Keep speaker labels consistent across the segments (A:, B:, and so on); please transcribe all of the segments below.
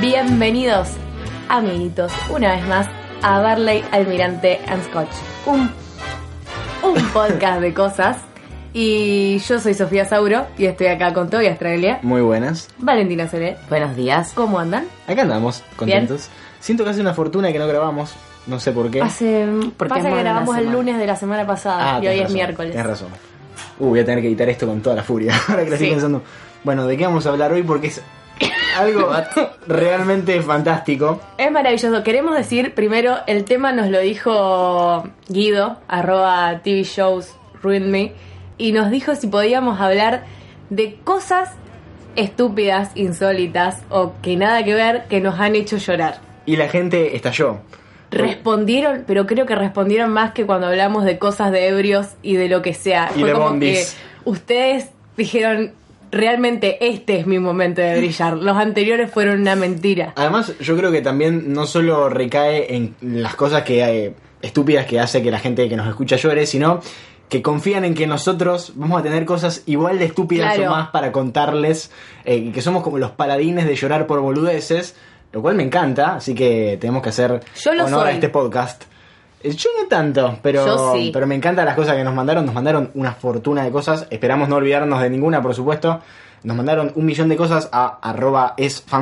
A: Bienvenidos, amiguitos, una vez más a Barley, Almirante and Scotch. Un, un podcast de cosas. Y yo soy Sofía Sauro y estoy acá con Toby Australia,
B: Muy buenas.
A: Valentina Solé.
C: Buenos días.
A: ¿Cómo andan?
B: Acá andamos, contentos. Siento que hace una fortuna que no grabamos. No sé por qué. Ah,
A: Hace.
C: Porque
A: pasa
C: es
A: que
C: más de una
A: grabamos el
C: semana.
A: lunes de la semana pasada y
B: tenés
A: hoy es
B: razón,
A: miércoles.
B: Tienes razón. Uh, voy a tener que editar esto con toda la furia. Ahora que lo estoy
A: Sí.
B: pensando. Bueno, ¿de qué vamos a hablar hoy? Porque es algo realmente fantástico.
A: Es maravilloso. Queremos decir, primero, el tema nos lo dijo Guido, arroba TV shows ruin me, y nos dijo si podíamos hablar de cosas estúpidas, insólitas o que nada que ver que nos han hecho llorar.
B: Y la gente estalló.
A: Respondieron, pero creo que respondieron más que cuando hablamos de cosas de ebrios y de lo que sea.
B: Y
A: Fue
B: de
A: como
B: bondis.
A: que ustedes dijeron, realmente este es mi momento de brillar. Los anteriores fueron una mentira.
B: Además, yo creo que también no solo recae en las cosas que eh, estúpidas que hace que la gente que nos escucha llore, sino que confían en que nosotros vamos a tener cosas igual de estúpidas
A: Claro.
B: o más para contarles, eh, que somos como los paladines de llorar por boludeces, lo cual me encanta, así que tenemos que hacer
A: Yo lo
B: honor a
A: soy.
B: este podcast. Eh, Yo no tanto, pero,
A: Yo sí.
B: pero me encantan las cosas que nos mandaron. Nos mandaron una fortuna de cosas. Esperamos no olvidarnos de ninguna, por supuesto. Nos mandaron un millón de cosas a arroba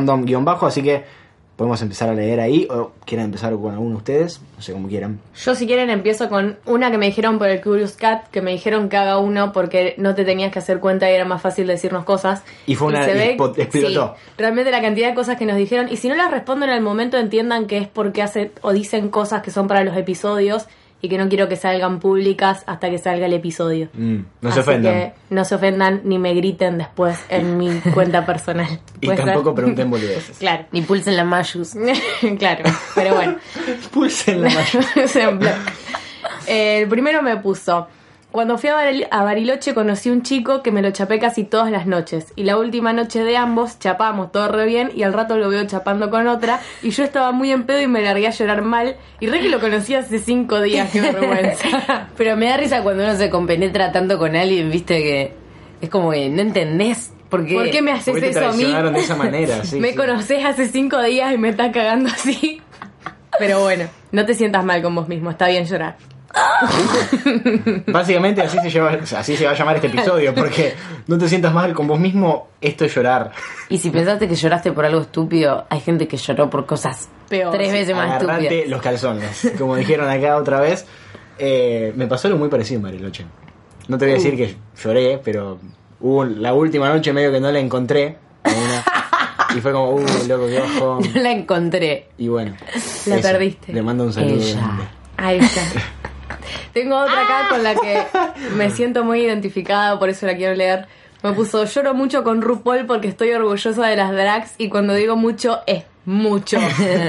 B: esfandom-bajo, así que podemos empezar a leer ahí. O quieran empezar con alguno de ustedes, no sé cómo quieran.
A: Yo si quieren empiezo con una que me dijeron por el Curious Cat, que me dijeron que haga uno porque no te tenías que hacer cuenta y era más fácil decirnos cosas.
B: Y fue una-
A: se
B: y
A: ve-
B: expo- explotó.
A: sí, realmente la cantidad de cosas que nos dijeron. Y si no las respondo en el momento, entiendan que es porque hacen o dicen cosas que son para los episodios y que no quiero que salgan públicas hasta que salga el episodio.
B: Mm, no se
A: Así
B: ofendan.
A: que no se ofendan ni me griten después en mi cuenta personal.
B: Y
A: Puede ser.
B: tampoco pregunten boludeces.
A: Claro,
C: Ni pulsen la mayus.
A: claro, pero bueno.
B: Pulsen Pues la mayor.
A: Es en plan. Eh, el primero me puso. Cuando fui a, Baril- a Bariloche conocí un chico que me lo chapé casi todas las noches. Y la última noche de ambos chapamos todo re bien y al rato lo veo chapando con otra. Y yo estaba muy en pedo y me largué a llorar mal. Y re que lo conocí hace cinco días, qué vergüenza.
C: Pero me da risa cuando uno se compenetra tanto con alguien, viste que es como que no entendés por qué.
A: ¿Por qué me
B: ¿Por
A: haces
B: qué te
A: eso a mí?
B: traicionaron de esa manera? Sí,
A: me
B: sí.
A: conoces hace cinco días y me estás cagando así. Pero bueno, no te sientas mal con vos mismo, está bien llorar.
B: Básicamente así se, lleva, o sea, así se va a llamar este episodio, porque no te sientas mal con vos mismo, esto es llorar.
C: Y si pensaste que lloraste por algo estúpido, hay gente que lloró por cosas
A: Peor,
C: tres
A: sí.
C: veces más
B: Agarrate
C: estúpidas.
B: los calzones. Como dijeron acá otra vez, eh, me pasó algo muy parecido en Bariloche. No te voy a
A: Uh.
B: decir que lloré, pero hubo la última noche medio que no la encontré. a una, y fue como, uh, loco, qué ojo.
C: No la encontré.
B: Y bueno.
A: La perdiste.
B: Le mando un saludo.
C: Ella.
B: grande.
A: Ahí está. Tengo otra acá con la que me siento muy identificada, por eso la quiero leer. Me puso, lloro mucho con RuPaul porque estoy orgullosa de las drags y cuando digo mucho es mucho.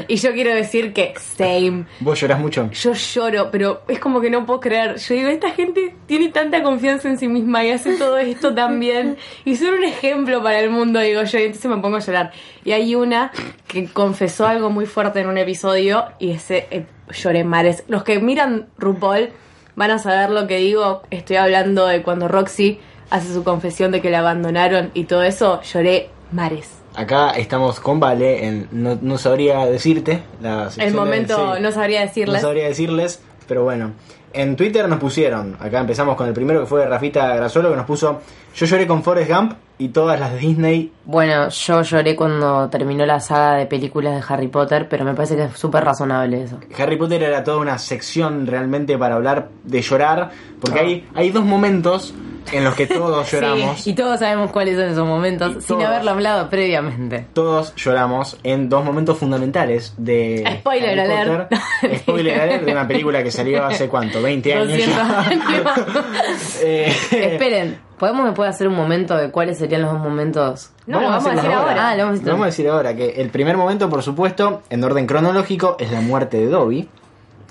A: Y yo quiero decir que same.
B: ¿Vos llorás mucho?
A: Yo lloro, pero es como que no puedo creer. Yo digo, esta gente tiene tanta confianza en sí misma y hace todo esto tan bien. Y son un ejemplo para el mundo, digo yo, y entonces me pongo a llorar. Y hay una que confesó algo muy fuerte en un episodio y ese eh, lloré mares. Los que miran RuPaul van a saber lo que digo. Estoy hablando de cuando Roxy hace su confesión de que la abandonaron y todo eso, lloré mares.
B: Acá estamos con Vale en No, no sabría decirte. La sección
A: El
B: de-
A: momento
B: sí.
A: no sabría
B: No
A: decirles.
B: sabría decirles, Pero bueno, en Twitter nos pusieron, acá empezamos con el primero que fue Rafita Grasolo, que nos puso, yo lloré con Forrest Gump y todas las de Disney.
C: Bueno, yo lloré cuando terminó la saga de películas de Harry Potter, pero me parece que es súper razonable eso.
B: Harry Potter era toda una sección realmente para hablar de llorar, porque hay,
A: Ah.
B: hay dos momentos en los que todos lloramos.
C: Sí, y todos sabemos cuáles son esos momentos,
B: Y
C: sin
B: todos.
C: haberlo hablado previamente.
B: todos lloramos en dos momentos fundamentales de
A: Spoiler
B: Harry
A: alert.
B: Potter. Spoiler alert de una película que salió hace cuánto, 20 años. ya.
C: 200 años.
B: Eh,
C: Esperen, ¿podemos después hacer un momento de cuáles serían los dos momentos?
A: No, lo vamos a decir ahora.
C: Ah, lo vamos a
B: Lo
C: decir
B: vamos a decir ahora que el primer momento, por supuesto, en orden cronológico, es la muerte de Dobby.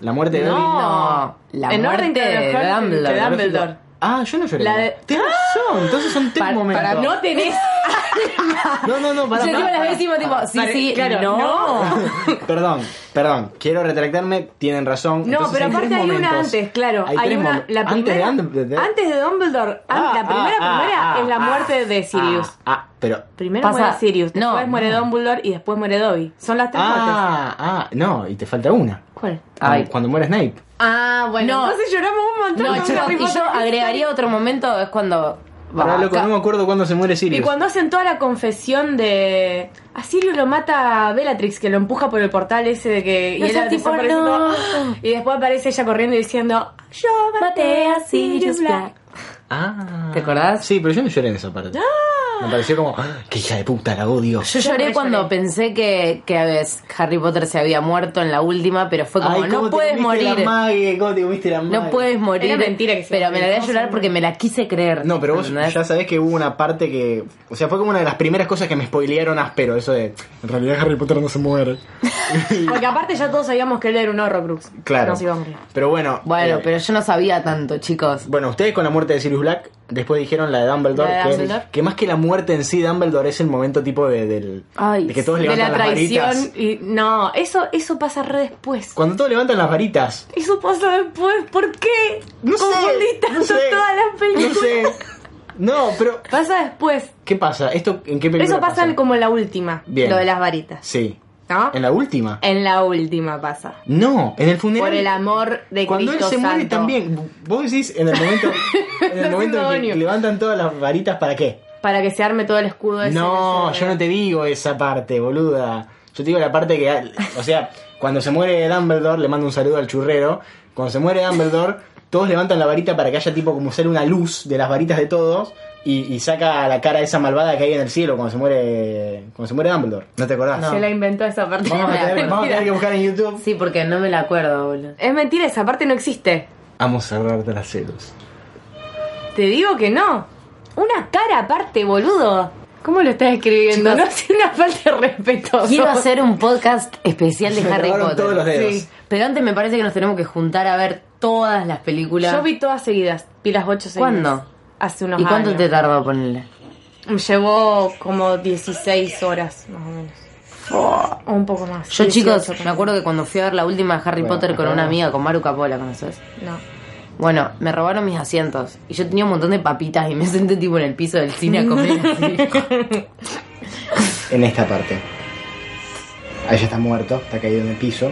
B: La muerte de
A: No.
B: Dobby.
C: No, la
A: En orden
C: muerte de
A: cronológico,
C: Dumbledore.
A: de Dumbledore.
B: Ah, yo no lloré.
A: La de- ¡Ah!
B: Tenés razón, entonces son tres
C: Para-
B: momentos.
C: para
A: No tenés.
B: no, no, no, para,
C: Yo tipo las veces tipo, tipo, sí,
A: Vale,
C: sí,
A: claro,
C: no.
B: Perdón, perdón, quiero retractarme, tienen razón.
A: No,
B: Entonces
A: pero
B: tres
A: aparte hay una
B: momentos.
A: antes, claro. Hay,
B: tres
A: una,
B: momen-
A: la primera,
B: antes de Dumbledore.
A: antes de Dumbledore,
B: Ah,
A: la
B: ah,
A: primera,
B: ah,
A: primera
B: ah,
A: es la
B: ah,
A: muerte de Sirius.
B: Ah, ah, pero.
A: Primero
C: Pasa-
A: muere Sirius,
C: no,
A: después muere
C: no.
A: Dumbledore y después muere Dobby. Son las tres muertes.
B: Ah, ah, no, y te falta una.
A: ¿Cuál?
C: Ay.
B: Cuando- Cuando muere Snape.
A: Ah,
C: bueno.
A: Entonces lloramos un montón.
C: No,
A: con
C: chicos,
A: Harry
C: y yo
A: Potter.
C: agregaría otro momento, es cuando...
B: Pará,
C: va,
B: loco,
C: ca-
B: no me acuerdo cuándo se muere Sirius.
A: Y cuando hacen toda la confesión de. A Sirius lo mata a Bellatrix, que lo empuja por el portal ese de que.
C: No
A: y,
C: seas tipo,
A: desaparece
C: no.
A: todo. Y después aparece ella corriendo y diciendo: Yo maté a Sirius Black.
B: Ah.
C: ¿Te acordás?
B: Sí, pero yo no lloré en esa parte. Me pareció como, ¡Ah, qué hija de puta, la odio.
C: Yo lloré
A: re
C: cuando
A: lloré.
C: pensé que, que a veces Harry Potter se había muerto en la última, pero fue como,
B: Ay,
C: no
B: cómo te
C: puedes
B: comiste la
C: morir.
B: mague, cómo te comiste la
C: No
B: mague.
C: puedes morir.
A: Era mentira que se
C: Pero me la
A: murió.
C: voy a llorar porque me la quise creer.
B: No, pero vos
C: ¿entendés?
B: ya sabés que hubo una parte que. O sea, fue como una de las primeras cosas que me spoilearon áspero, eso de. En realidad Harry Potter no se muere.
A: Porque aparte ya todos sabíamos que él era un Horrocrux.
B: Claro.
A: No se iba a morir.
B: Pero bueno.
C: Bueno,
B: eh,
C: pero yo no sabía tanto, chicos.
B: Bueno, ustedes con la muerte de Sirius Black, después dijeron la de Dumbledore,
A: La de
B: que,
A: Dumbledore.
B: que más que la muerte en sí, Dumbledore es el momento tipo de, del,
C: Ay,
B: de que todos
A: De
B: levantan
A: la
B: las
A: traición.
B: varitas.
A: Y, no, eso, eso pasa re después.
B: Cuando todos levantan las varitas.
A: Eso pasa después. ¿Por qué?
B: No sé,
A: Confundís
B: no
A: tanto
B: sé,
A: todas las películas.
B: No sé. No, pero
A: Pasa después.
B: ¿qué pasa? ¿Esto en qué película
A: Eso pasa en como en la última.
B: Bien.
A: Lo de las varitas.
B: Sí.
A: ¿No?
B: En la última.
A: En la última pasa.
B: No, en el funeral.
A: Por el amor de
B: cuando él
A: Cristo
B: se muere
A: Santo.
B: también, vos decís en el momento, en el
A: Está
B: momento en
A: haciendo
B: que
A: daño.
B: levantan todas las varitas para qué?
A: Para que se arme todo el escudo ese.
B: No,
A: ese-
B: yo no te digo esa parte, boluda. Yo te digo la parte que. O sea, cuando se muere Dumbledore, le mando un saludo al churrero. Cuando se muere Dumbledore, todos levantan la varita para que haya tipo como ser una luz de las varitas de todos. Y, y saca la cara esa malvada que hay en el cielo cuando se muere. Cuando se muere Dumbledore. ¿No te acordás?
A: Se la inventó esa parte.
C: Vamos
B: Vamos, a tener, vamos a tener que buscar en YouTube.
C: Sí, porque no me la acuerdo, boludo.
A: Es mentira, esa parte no existe.
B: Vamos a cerrarte las celos.
A: Te digo que no. Una cara aparte, boludo. ¿Cómo lo estás escribiendo?
C: Chicos,
A: no es una falta de respeto.
C: Quiero hacer un podcast especial de
B: Me
C: Harry
B: robaron
C: Potter.
B: todos los dedos.
C: Sí. Pero antes me parece que nos tenemos que juntar a ver todas las películas.
A: Yo vi todas seguidas. Vi las ocho seguidas.
C: ¿Cuándo?
A: Hace unos
C: ¿Y cuánto te
A: años.
C: tardó ponerle?
A: Me Llevó como 16 horas, más o menos.
B: Oh.
A: O un poco más.
C: Yo,
A: 18
C: chicos,
A: también.
C: me acuerdo que cuando fui a ver la última de Harry
B: Bueno,
C: Potter con
B: ajá.
C: una amiga, con Maru Capola, ¿conoces?
A: No.
C: Bueno, me robaron mis asientos. Y yo tenía un montón de papitas y me senté tipo en el piso del cine a comer así.
B: en esta parte. Ahí ya está muerto, está caído en el piso.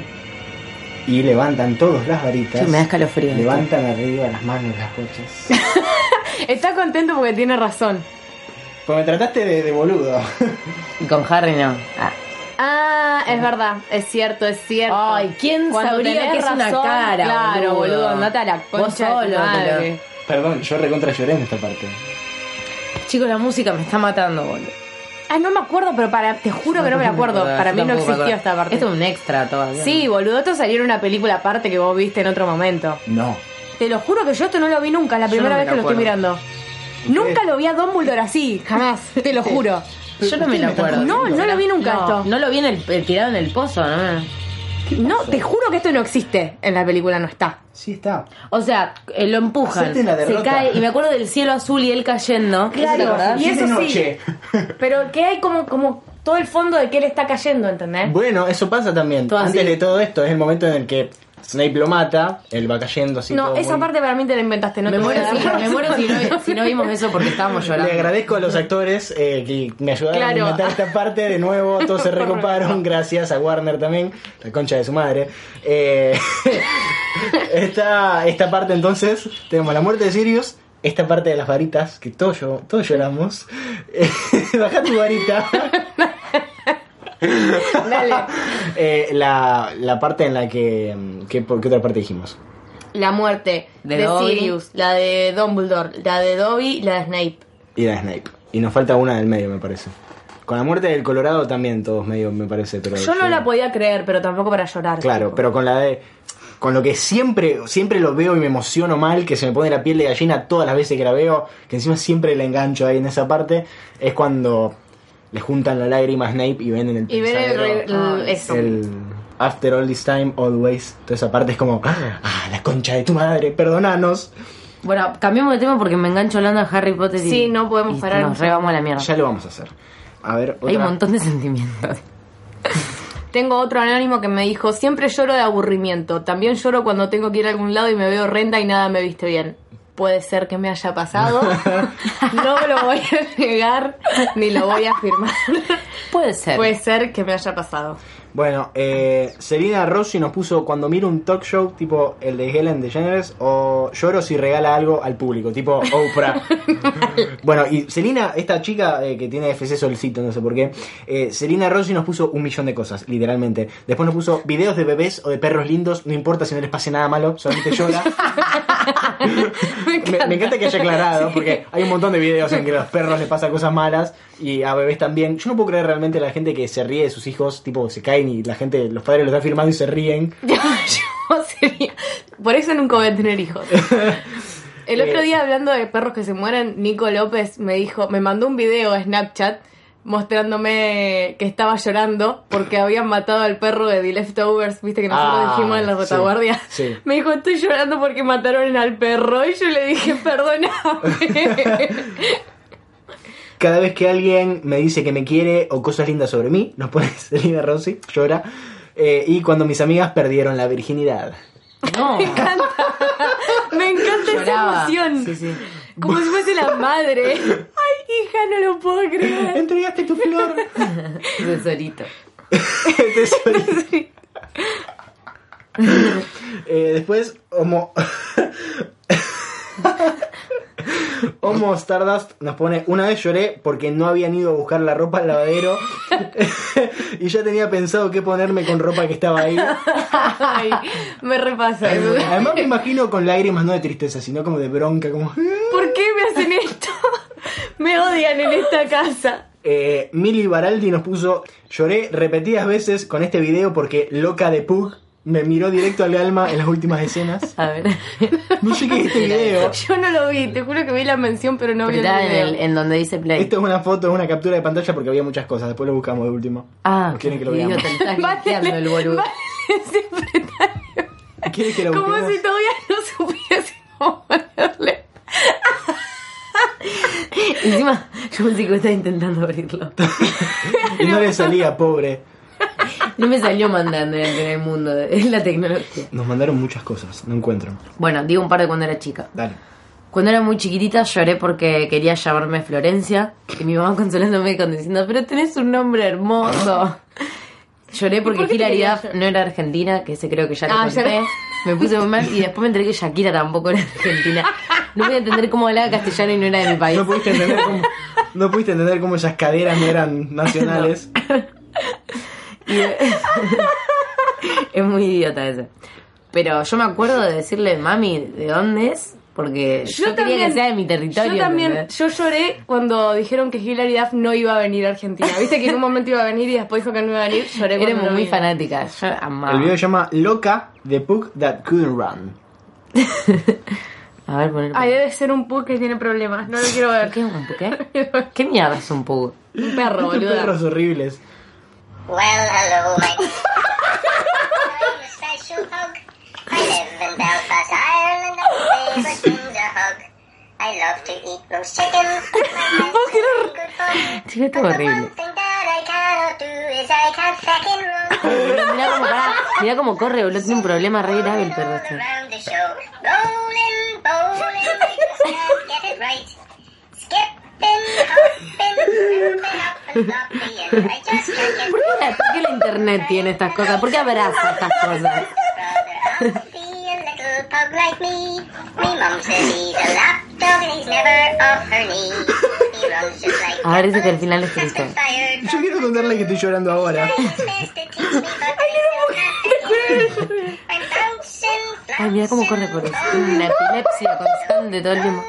B: Y levantan todas las varitas.
C: Sí, me da escalofrío.
B: Levantan arriba las manos, las cochas.
A: Está contento porque tiene razón.
B: Pues me trataste de, de boludo.
C: Y con Harry no. Ah.
A: Ah, es verdad, es cierto, es cierto.
C: Ay, ¿quién sabría
A: tenés
C: que es una cara,
A: Claro,
C: boludo?
A: boludo, andate a la
C: Vos
A: concha de tu
C: solo,
A: madre.
C: pero-
B: Perdón, yo recontra lloré en esta parte.
C: Chicos, la música me está matando, boludo.
A: Ay, Ah, no me acuerdo, pero para, te juro que no me la acuerdo.
C: acordaba,
A: Para
C: yo
A: mí no
C: tampoco me
A: existió
C: acordaba.
A: esta parte.
C: Esto es un extra todavía.
A: Sí, boludo, esto salió en una película aparte que vos viste en otro momento.
B: No.
A: Te lo juro que yo esto no lo vi nunca, la
C: Yo
A: primera
C: no me
A: vez que lo
C: la
A: estoy mirando. Nunca lo vi a Dumbledore así, jamás, te lo juro.
C: Yo no me lo acuerdo.
A: No, no lo vi nunca esto.
C: No lo vi en el, el tirado en el pozo, ¿no?
A: No, te juro que esto no existe en la película, no está.
B: Sí está.
C: O sea, eh, lo empujan,
B: Acepten la
C: se
B: derrota.
C: cae y me acuerdo del cielo azul y él cayendo. ¿Eso te acordás?
A: y
B: Es de
A: eso sí.
B: noche.
A: Pero que hay como, como todo el fondo de que él está cayendo, ¿entendés?
B: Bueno, eso pasa también.
C: Todo
B: Antes
C: así.
B: de todo esto, es el momento en el que Snape lo mata, él va cayendo así.
A: No,
B: todo
A: esa
B: muy-
A: parte para mí te la inventaste, no
C: me
A: te voy
C: muero,
A: a dar
C: si,
A: la
C: me muero si, no, si no vimos eso porque estábamos llorando.
B: Le agradezco a los actores eh, que me ayudaron
A: Claro.
B: a inventar esta parte de nuevo. Todos se recoparon, gracias a Warner también, la concha de su madre. Eh, esta, esta parte entonces, tenemos la muerte de Sirius, esta parte de las varitas, que todos, llo- todos lloramos. Eh, Baja tu varita. Eh, la, la parte en la que, que- ¿Por qué otra parte dijimos?
A: La muerte
C: De
A: de,
C: Dobby.
A: Sirius, la de Dumbledore, la de Dobby, la de Snape.
B: Y la de Snape. Y nos falta una del medio, me parece. Con la muerte del Colorado también todos medio, me parece. Pero
A: Yo no la podía creer, pero tampoco para llorar.
B: Claro,
A: tipo.
B: pero con la de. Con lo que siempre, siempre lo veo y me emociono mal, que se me pone la piel de gallina todas las veces que la veo, que encima siempre la engancho ahí en esa parte, es cuando le juntan la lágrima a Snape y ven en el
A: Y ver el, re-
B: pensadero,
A: el-
C: Ah,
A: eso.
B: el After all this time, always. Toda esa parte es como, ah, la concha de tu madre, perdonanos.
C: Bueno, cambiamos de tema porque me engancho hablando de Harry Potter y.
A: Sí, no podemos
C: y
A: parar.
C: Nos re vamos a la mierda.
B: Ya lo vamos a hacer. A ver,
C: Hay un
B: otra.
C: montón de sentimientos.
A: Tengo otro anónimo que me dijo, siempre lloro de aburrimiento. También lloro cuando tengo que ir a algún lado y me veo renta y nada me viste bien. Puede ser que me haya pasado. no lo voy a negar ni lo voy a afirmar.
C: Puede ser.
A: Puede ser que me haya pasado.
B: Bueno, eh, Selena Rossi nos puso cuando miro un talk show tipo el de Helen DeGeneres o lloro si regala algo al público, tipo Oprah. bueno, y Selena, esta chica eh, que tiene FC Solcito, no sé por qué, eh, Selena Rossi nos puso un millón de cosas, literalmente. Después nos puso videos de bebés o de perros lindos, no importa si no les pase nada malo, solamente llora.
A: Me
B: Me, me encanta que haya aclarado, porque hay un montón de videos en que a los perros les pasa cosas malas y a bebés también. Yo no puedo creer realmente la gente que se ríe de sus hijos, tipo se caen y la gente, los padres los están filmando y se ríen.
A: Yo sería- Por eso nunca voy a tener hijos. El otro día hablando de perros que se mueren, Nico López me dijo, me mandó un video a Snapchat mostrándome que estaba llorando porque habían matado al perro de The Leftovers, viste que nosotros
B: Ah,
A: dijimos en la
B: sí,
A: retaguardia.
B: sí.
A: Me dijo, estoy llorando porque mataron al perro. Y yo le dije, perdóname.
B: Cada vez que alguien me dice que me quiere o cosas lindas sobre mí, nos pone Selena Rossi, llora. Eh, y cuando mis amigas perdieron la virginidad.
C: No.
A: me encanta
C: Lloraba.
A: esa emoción.
C: Sí, sí.
A: Como si fuese la madre. Ay, hija, no lo puedo creer.
B: Entregaste tu flor.
C: Tesorito.
B: Tesorito. Eh, después, Homo. Homo Stardust nos pone: Una vez lloré porque no habían ido a buscar la ropa al lavadero y ya tenía pensado qué ponerme con ropa que estaba ahí.
A: Ay, me repasa.
B: Además, me imagino con lágrimas, no de tristeza, sino como de bronca, como.
A: ¿Por qué me hacen esto? Me odian en esta casa.
B: Eh, Mili Baraldi nos puso: Lloré repetidas veces con este video porque loca de Pug me miró directo al alma en las últimas escenas.
C: A ver.
B: No sé qué es este video.
A: Yo no lo vi, te juro que vi la mención, pero no vi el
C: Está en,
A: video.
C: el- en donde dice Play.
B: Esto es una foto, es una captura de pantalla porque había muchas cosas. Después lo buscamos de último.
C: Ah,
B: ¿O quieren que lo
C: digo,
B: veamos?
C: te estás
A: Vale,
C: bloqueando el boludo.
A: vale, siempre tan-
B: ¿Quieren que lo
A: Como
B: busquemos?
A: si todavía no supiese cómo ponerle.
C: Encima, yo pensé que estaba intentando abrirlo.
B: Y no le salía, pobre.
C: No me salió mandando en el- en el mundo de la tecnología.
B: Nos mandaron muchas cosas, no encuentro.
C: Bueno, digo un par de cuando era chica.
B: Dale.
C: Cuando era muy chiquitita lloré porque quería llamarme Florencia y mi mamá consolándome con diciendo, pero tenés un nombre hermoso. Lloré porque
A: por qué te
C: Hilary
A: querías
C: Duff no era argentina, que ese creo que ya lo
A: Ah, ya
C: conté.
A: lo-
C: Me puse muy mal y después me enteré que Shakira tampoco era argentina. No voy a entender cómo hablaba castellano y no era de mi país.
B: No pudiste entender cómo, no pudiste entender cómo esas caderas no eran nacionales.
C: Y de- es muy idiota eso. Pero yo me acuerdo de decirle, mami, ¿de dónde es? Porque yo, quería que sea de mi territorio.
A: Yo también,
C: ¿entendés?
A: yo lloré cuando dijeron que Hillary Duff no iba a venir a Argentina. Viste que en un momento iba a venir y después dijo que no iba a venir. Lloré cuando
C: Éramos
A: lo
C: muy
A: vi.
C: fanáticas. Yo amaba.
B: El video se llama Loca de Pug That Couldn't Run.
C: A ver, poner.
A: Ay, debe ser un pug que tiene problemas. No lo quiero ver.
C: ¿Qué es un pu- ¿Qué? ¿Qué mierda es un pug?
A: Un perro,
B: Qué
A: boludo.
B: perros horribles.
D: Well, hello, my I'm a special hug. I live in Belfast, Ireland. My favorite thing's a hug. I love to eat roast chicken. My mom's cooking good fun.
C: Sí, esto
D: But
C: es
D: the one
C: horrible.
D: thing that I cannot do is I can't fucking run.
C: Pero mirá como para. Mirá cómo corre, boludo. Tiene un problema re grave el perro este.
D: Around the show. Rolling, bowling, because I get it right. Skipping, hopping, flipping up and floppy, and I just can't get
C: ¿Por qué, la, por qué la internet tiene estas cosas? ¿Por qué abraza estas cosas?
D: brother out to be a little pug like me. Me mum says he's a lapdog and he's never off her knee. He runs just like
C: A ver, dice que el final es triste.
D: fired.
B: Yo quiero contarle que estoy llorando ahora.
C: Ay, mira cómo corre por eso. Tiene Una epilepsia constante todo el tiempo.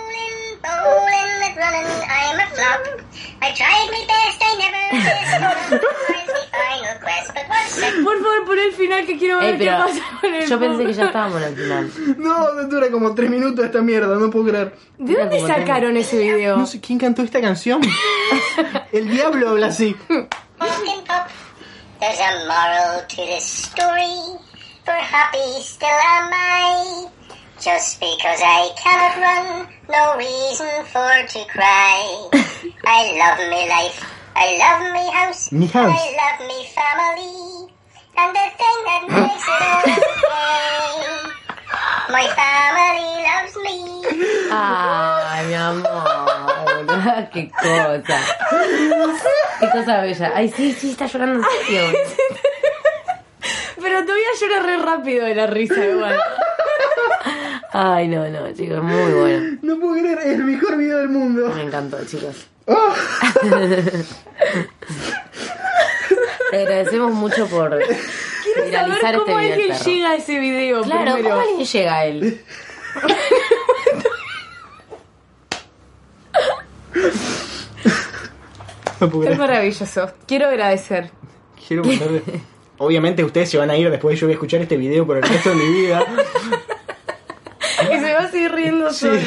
A: Por favor, pon el final que quiero ver
C: Ey, pero
A: qué pasa con el
C: yo pensé
A: perro.
C: que ya estábamos al final.
B: No, dura como tres minutos esta mierda, no puedo creer.
A: ¿De dónde
C: Como tengo.
A: sacaron ese video?
B: No sé quién cantó esta canción. El diablo habla así.
D: There's a moral to this story. For happy still am I. Just because I cannot run, no reason for to cry. I love me life. I love me house.
B: Mi house.
D: I love me family. And the thing that makes it all okay. My family loves me.
C: Ay, mi amor. boluda, Qué cosa. Qué cosa bella. Ay, sí, sí, está llorando en serio. boludo.
A: Pero todavía llora re rápido de la risa igual.
C: Ay, no, no, chicos, muy bueno.
B: No puedo creer, es el mejor video del mundo.
C: Me encantó, chicos.
B: Oh.
C: Te agradecemos mucho por este
A: Quiero saber cómo
C: video del
A: alguien
C: perro.
A: llega a ese video
C: Claro,
A: primero.
C: ¿cómo alguien llega a él?
B: No puedo
A: Es
B: creer.
A: maravilloso. Quiero agradecer.
B: Quiero contarle. Obviamente ustedes se van a ir después, yo voy a escuchar este video por el resto de mi vida.
A: Y se va a seguir riendo solo.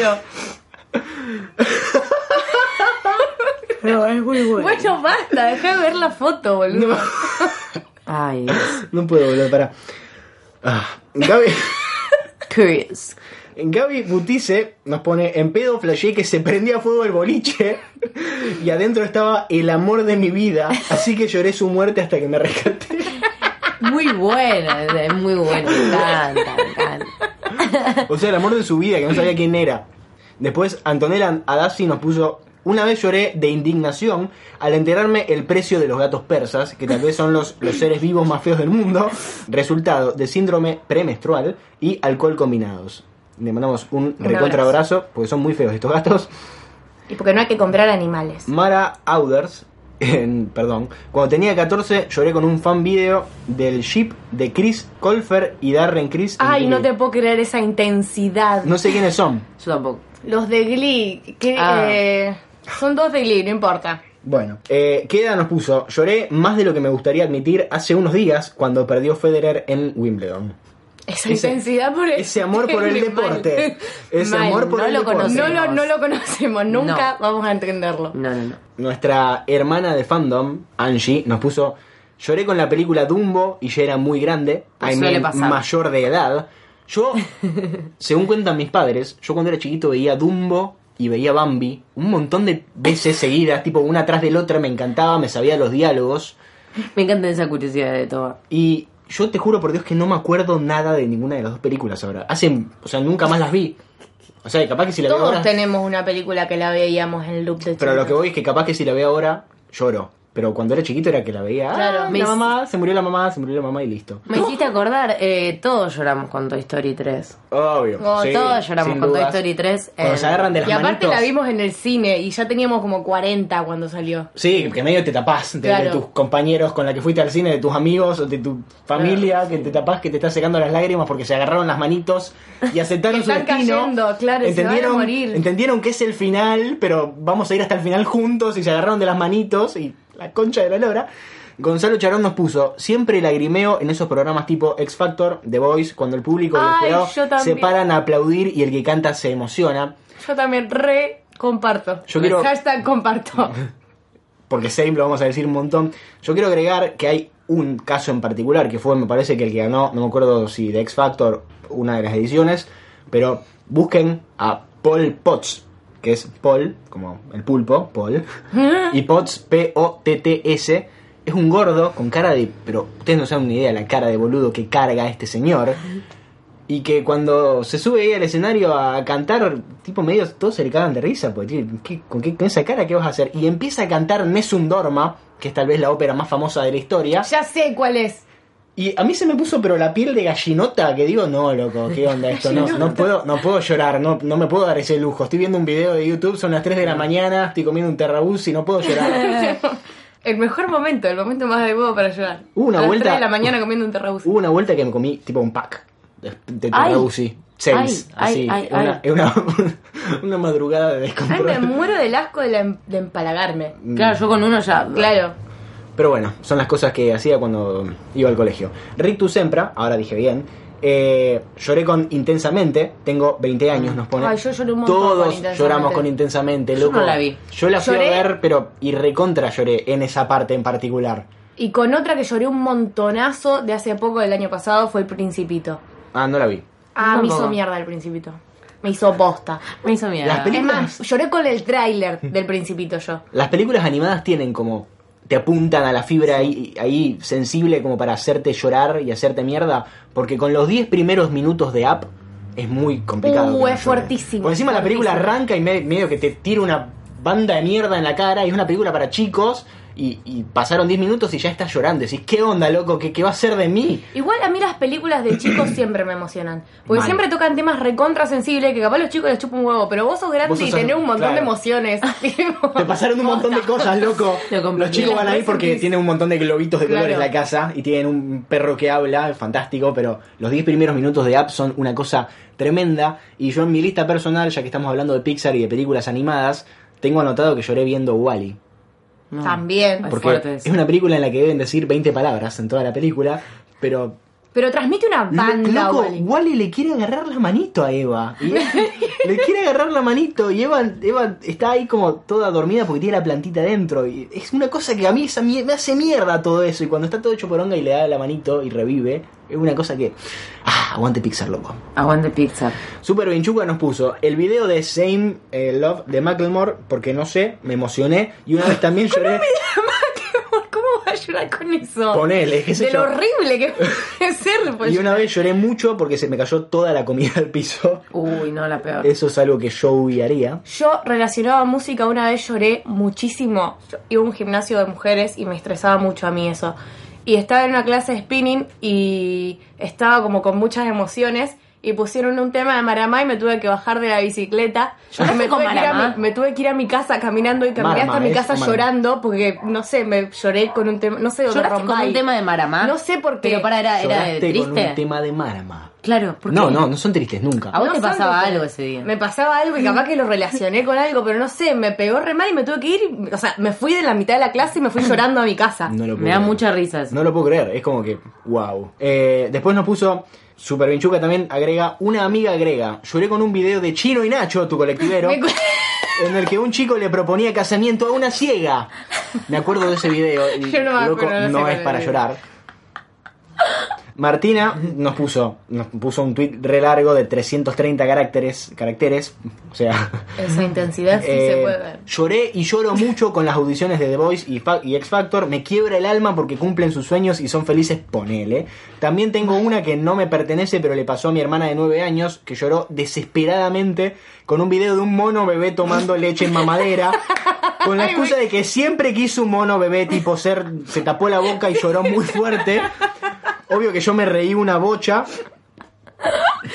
C: No, es muy
A: Bueno, basta, deja de ver la foto, boludo.
C: Ay, Dios.
B: No puedo volver, pará. Ah, Gaby,
C: Curious.
B: Gaby Butice nos pone en pedo flashé que se prendía a fuego el boliche y adentro estaba el amor de mi vida, así que lloré su muerte hasta que me rescaté.
C: Muy buena, es muy buena. Me encanta, me encanta.
B: O sea, el amor de su vida, que no sabía quién era. Después Antonella Adassi nos puso, una vez lloré de indignación al enterarme el precio de los gatos persas, que tal vez son los, los seres vivos más feos del mundo, resultado de síndrome premenstrual y alcohol combinados. Le mandamos un, recontra abrazo, porque son muy feos estos gatos.
E: Y porque no hay que comprar animales.
B: Mara Auders, en- perdón, cuando tenía 14 lloré con un fan video del ship de Chris Colfer y Darren Chris. en
A: Ay, no te
B: Glee.
A: puedo creer esa intensidad.
B: No sé quiénes son.
C: Yo tampoco.
A: Los de Glee, que
C: Ah.
A: eh, son dos de Glee, no importa.
B: Bueno, eh, Queda nos puso, lloré más de lo que me gustaría admitir hace unos días cuando perdió Federer en Wimbledon.
A: Esa
B: Ese-
A: intensidad por el
B: Ese amor por el
A: Mal.
B: deporte. Ese
C: Mal,
B: amor por
C: no
B: el
C: lo
B: deporte.
A: No lo,
C: Conocemos.
A: no lo conocemos, nunca vamos a entenderlo.
C: No, no, no.
B: Nuestra hermana de fandom, Angie, nos puso, lloré con la película Dumbo y ya era muy grande,
C: Pues
B: I
C: suele
B: mean,
C: pasar.
B: mayor de edad. Yo, según cuentan mis padres, yo cuando era chiquito veía Dumbo y veía Bambi un montón de veces seguidas, tipo una tras del otra, me encantaba, me sabía los diálogos.
C: Me encanta esa curiosidad de todo.
B: Y yo te juro por Dios que no me acuerdo nada de ninguna de las dos películas ahora. Hacen, o sea, nunca más las vi. O sea, y capaz que si la veo
E: Todos
B: ahora.
E: tenemos una película que la veíamos en loop de
B: Pero
E: chico.
B: lo que voy es que capaz que si la veo ahora, lloro. Pero cuando era chiquito era que la veía.
E: Claro,
B: "Ah,
C: me-
B: la mamá, se murió la mamá, se murió la mamá y listo.
C: Me hiciste acordar, eh, todos lloramos con Toy Story 3.
B: Obvio.
C: Oh,
B: sí,
C: todos lloramos
B: sin
C: con Toy
B: dudas.
C: Story 3.
B: Cuando
C: eh,
B: se agarran de las
A: Y aparte
B: manitos.
A: la vimos en el cine y ya teníamos como 40 cuando salió.
B: Sí, que medio te tapás de, de
A: Claro.
B: tus compañeros con la que fuiste al cine, de tus amigos, o de tu familia, que te tapás, que te está secando las lágrimas porque se agarraron las manitos y aceptaron
A: Que
B: su
A: están
B: destino.
A: cayendo, claro, y se van a morir.
B: Entendieron que es el final, pero vamos a ir hasta el final juntos y se agarraron de las manitos y la concha de la lora. Gonzalo Charón nos puso, siempre lagrimeo en esos programas tipo X Factor, The Voice, cuando el público
A: Ay,
B: y el
A: yo
B: jurado se
A: también.
B: paran a aplaudir y el que canta se emociona.
A: Yo también re comparto.
B: Yo quiero-
A: Hashtag comparto.
B: porque Same lo vamos a decir un montón. Yo quiero agregar que hay un caso en particular que fue, me parece que el que ganó, no me acuerdo si de X Factor, una de las ediciones, pero busquen a Paul Potts, que es Paul, como el pulpo, Paul, y Potts, P-O-T-T-S, es un gordo con cara de. Pero ustedes no saben ni idea la cara de boludo que carga este señor. Y que cuando se sube ahí al escenario a cantar, tipo medio todos se le cagan de risa, porque tío, ¿qué- con, qué- con esa cara qué vas a hacer? Y empieza a cantar Nessun Dorma, que es tal vez la ópera más famosa de la historia.
A: Ya sé cuál es.
B: Y a mí se me puso pero la piel de gallinota que digo, no, loco, ¿qué onda esto? No, no puedo, no puedo llorar, no, no me puedo dar ese lujo. Estoy viendo un video de YouTube, son las 3 de la mañana, estoy comiendo un terrabús y no puedo llorar.
F: El mejor momento, el momento más adecuado para llorar.
B: Hubo una
F: a las
B: vuelta- Uh,
F: tres de la mañana comiendo un terrabús.
B: Hubo una vuelta que me comí tipo un pack de, de
F: Ay.
B: terrabuzzi. Seis,
F: Ay,
B: así.
F: ay, ay,
B: una,
F: ay.
B: una, una madrugada de
A: Ay, me
B: descontrol.
A: muero del asco de, la em- de empalagarme.
B: Mm.
C: Claro, yo con uno ya.
A: Claro.
B: Pero bueno, son las cosas que hacía cuando iba al colegio. Rictus Sempra, ahora dije bien. eh, lloré con intensamente, tengo 20 años, nos pone.
A: Mm. Ay, yo lloré un montón con
B: Todos
A: Intensamente.
B: lloramos con intensamente,
C: Yo
B: loco.
C: no la vi.
B: Yo la fui
A: Lloré.
B: a ver, pero y recontra lloré en esa parte en particular.
A: Y con otra que lloré un montonazo de hace poco del año pasado fue El Principito.
B: Ah, no la vi.
A: Ah, me
C: Tampoco.
A: hizo mierda El Principito. Me hizo posta.
C: Me hizo miedo.
B: Las peli-
A: Es más, lloré con el tráiler del Principito yo.
B: Las películas animadas tienen como. Te apuntan a la fibra ahí, ahí sensible como para hacerte llorar y hacerte mierda. Porque con los 10 primeros minutos de app es muy
A: Uh,
B: complicado. que no
A: es
B: llores.
A: fuertísimo,
B: Por encima la película
A: fuertísimo.
B: arranca y me- medio que te tira una banda de mierda en la cara. Y es una película para chicos. Y, y pasaron 10 minutos y ya estás llorando. Decís, ¿qué onda, loco? ¿Qué, qué va a ser de mí?
A: Igual a mí las películas de chicos siempre me emocionan. Porque
B: Mal.
A: siempre tocan temas recontrasensibles que capaz los chicos les chupan un huevo. Pero vos sos grande
B: Vos sos-
A: y tenés un montón de
B: claro.
A: emociones. Tipo,
B: Te pasaron un montón de cosas, loco.
C: Lo comprendí.
B: Los chicos van a ir porque tienen un montón de globitos de
A: Claro.
B: colores la casa y tienen un perro que habla, fantástico, pero los 10 primeros minutos de app son una cosa tremenda. Y yo en mi lista personal, ya que estamos hablando de Pixar y de películas animadas, tengo anotado que lloré viendo Wally.
C: No.
A: También.
C: Ay,
B: Porque
C: fuerte
B: es
C: eso.
B: una película en la que deben decir 20 palabras en toda la película, pero
A: Pero transmite una banda,
B: Loco,
A: Wall-E.
B: Wally le quiere agarrar la manito a Eva. Y- le quiere agarrar la manito y Eva, Eva está ahí como toda dormida porque tiene la plantita dentro. Y es una cosa que a mí esa mie- me hace mierda todo eso. Y cuando está todo hecho poronga y le da la manito y revive, es una cosa que. Ah, aguante Pixar, loco.
C: Aguante Pixar.
B: Super Vinchuca nos puso el video de Same eh, Love de Macklemore porque no sé, me emocioné. Y una vez también lloré.
A: ¿Cómo va a llorar con eso?
B: Ponele, eh, qué sé
A: De
B: yo.
A: lo horrible que puede ser. pues.
B: Y una vez lloré mucho porque se me cayó toda la comida al piso.
C: Uy, no, la peor.
B: Eso es algo que Joey haría.
A: Yo relacionado a música una vez lloré muchísimo. Yo iba a un gimnasio de mujeres y me estresaba mucho a mí eso. Y estaba en una clase de spinning y estaba como con muchas emociones y pusieron un tema de Maramá y me tuve que bajar de la bicicleta. Y me,
C: con
A: tuve que ir a
C: Maramá?
A: mi, me tuve que ir a mi casa caminando y caminé
B: Maramá,
A: hasta mi
B: es
A: casa
B: Maramá.
A: llorando porque no sé, me lloré con un tema, no sé, de
C: ¿Lloraste con
A: Rombay.
C: un tema de Maramá?
A: No sé por qué.
C: Pero para, era, era de
B: Lloraste con
C: triste.
B: un tema de Marama.
C: Claro, porque.
B: No, no, no son tristes nunca.
C: A vos te
A: son
C: pasaba
A: locales.
C: algo ese día.
A: Me pasaba algo y capaz que lo relacioné con algo, pero no sé, me pegó re mal y me tuve que ir. y- O sea, me fui de la mitad de la clase y me fui llorando a mi casa.
B: No lo puedo
C: Me da
B: creer.
C: mucha risa eso.
B: No lo puedo creer, es como que, wow. Eh, después nos puso Super Vinchuca también agrega, una amiga agrega, lloré con un video de Chino y Nacho, tu colectivero,
A: Me cu-
B: en el que un chico le proponía casamiento a una ciega. Me acuerdo de ese video y,
A: Yo no me
B: loco,
A: acuerdo, no sé
B: no
A: cuál
B: es
A: es
B: para
A: el
B: llorar. Martina nos puso, nos puso un tweet re largo de 330 caracteres, caracteres, o sea,
A: Esa intensidad sí
B: Eh,
A: se puede ver.
B: Lloré y lloro mucho con las audiciones de The Voice y, Fa- y X Factor. Me quiebra el alma porque cumplen sus sueños y son felices, ponele. También tengo una que no me pertenece, pero le pasó a mi hermana de 9 años, que lloró desesperadamente con un video de un mono bebé tomando leche en mamadera. Con la excusa de que siempre quiso un mono bebé, tipo ser, se tapó la boca y lloró muy fuerte. Obvio que yo me reí una bocha,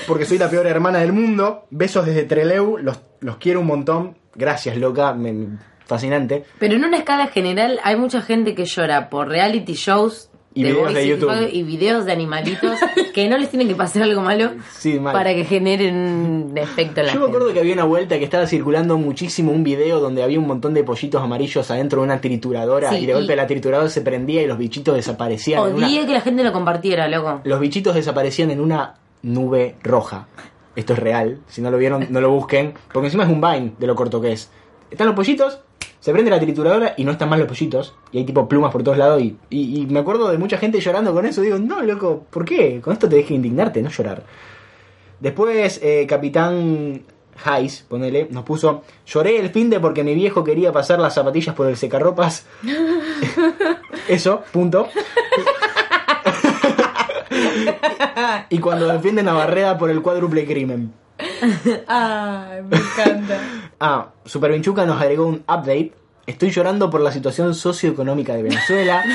B: porque soy la peor hermana del mundo. Besos desde Treleu, los, los quiero un montón. Gracias, loca, me- me- fascinante.
C: Pero en una escala general hay mucha gente que llora por reality shows
B: Y
C: The
B: videos
C: Voice
B: de
C: y
B: YouTube.
C: Fado- y videos de animalitos que no les tienen que pasar algo malo
B: Sí, mal.
C: para que generen un efecto en la
B: Yo me
C: gente.
B: acuerdo que había una vuelta que estaba circulando muchísimo un video donde había un montón de pollitos amarillos adentro de una trituradora
C: Sí,
B: y de
C: y-
B: golpe la trituradora se prendía y los bichitos desaparecían. en una-
C: Odié que la gente lo compartiera, loco.
B: Los bichitos desaparecían en una nube roja. Esto es real. Si no lo vieron, no lo busquen. Porque encima es un Vine de lo corto que es. Están los pollitos, se prende la trituradora y no están más los pollitos. Y hay tipo plumas por todos lados. Y, y- y me acuerdo de mucha gente llorando con eso. Digo, no, loco, ¿por qué? Con esto te deje indignarte, no llorar. Después, eh, Capitán Hais, ponele, nos puso, lloré el fin de porque mi viejo quería pasar las zapatillas por el secarropas. Eso, punto. y cuando defienden a Barreda por el cuádruple crimen.
A: Ay, me encanta.
B: Ah, Supervinchuca nos agregó un update. Estoy llorando por la situación socioeconómica de Venezuela.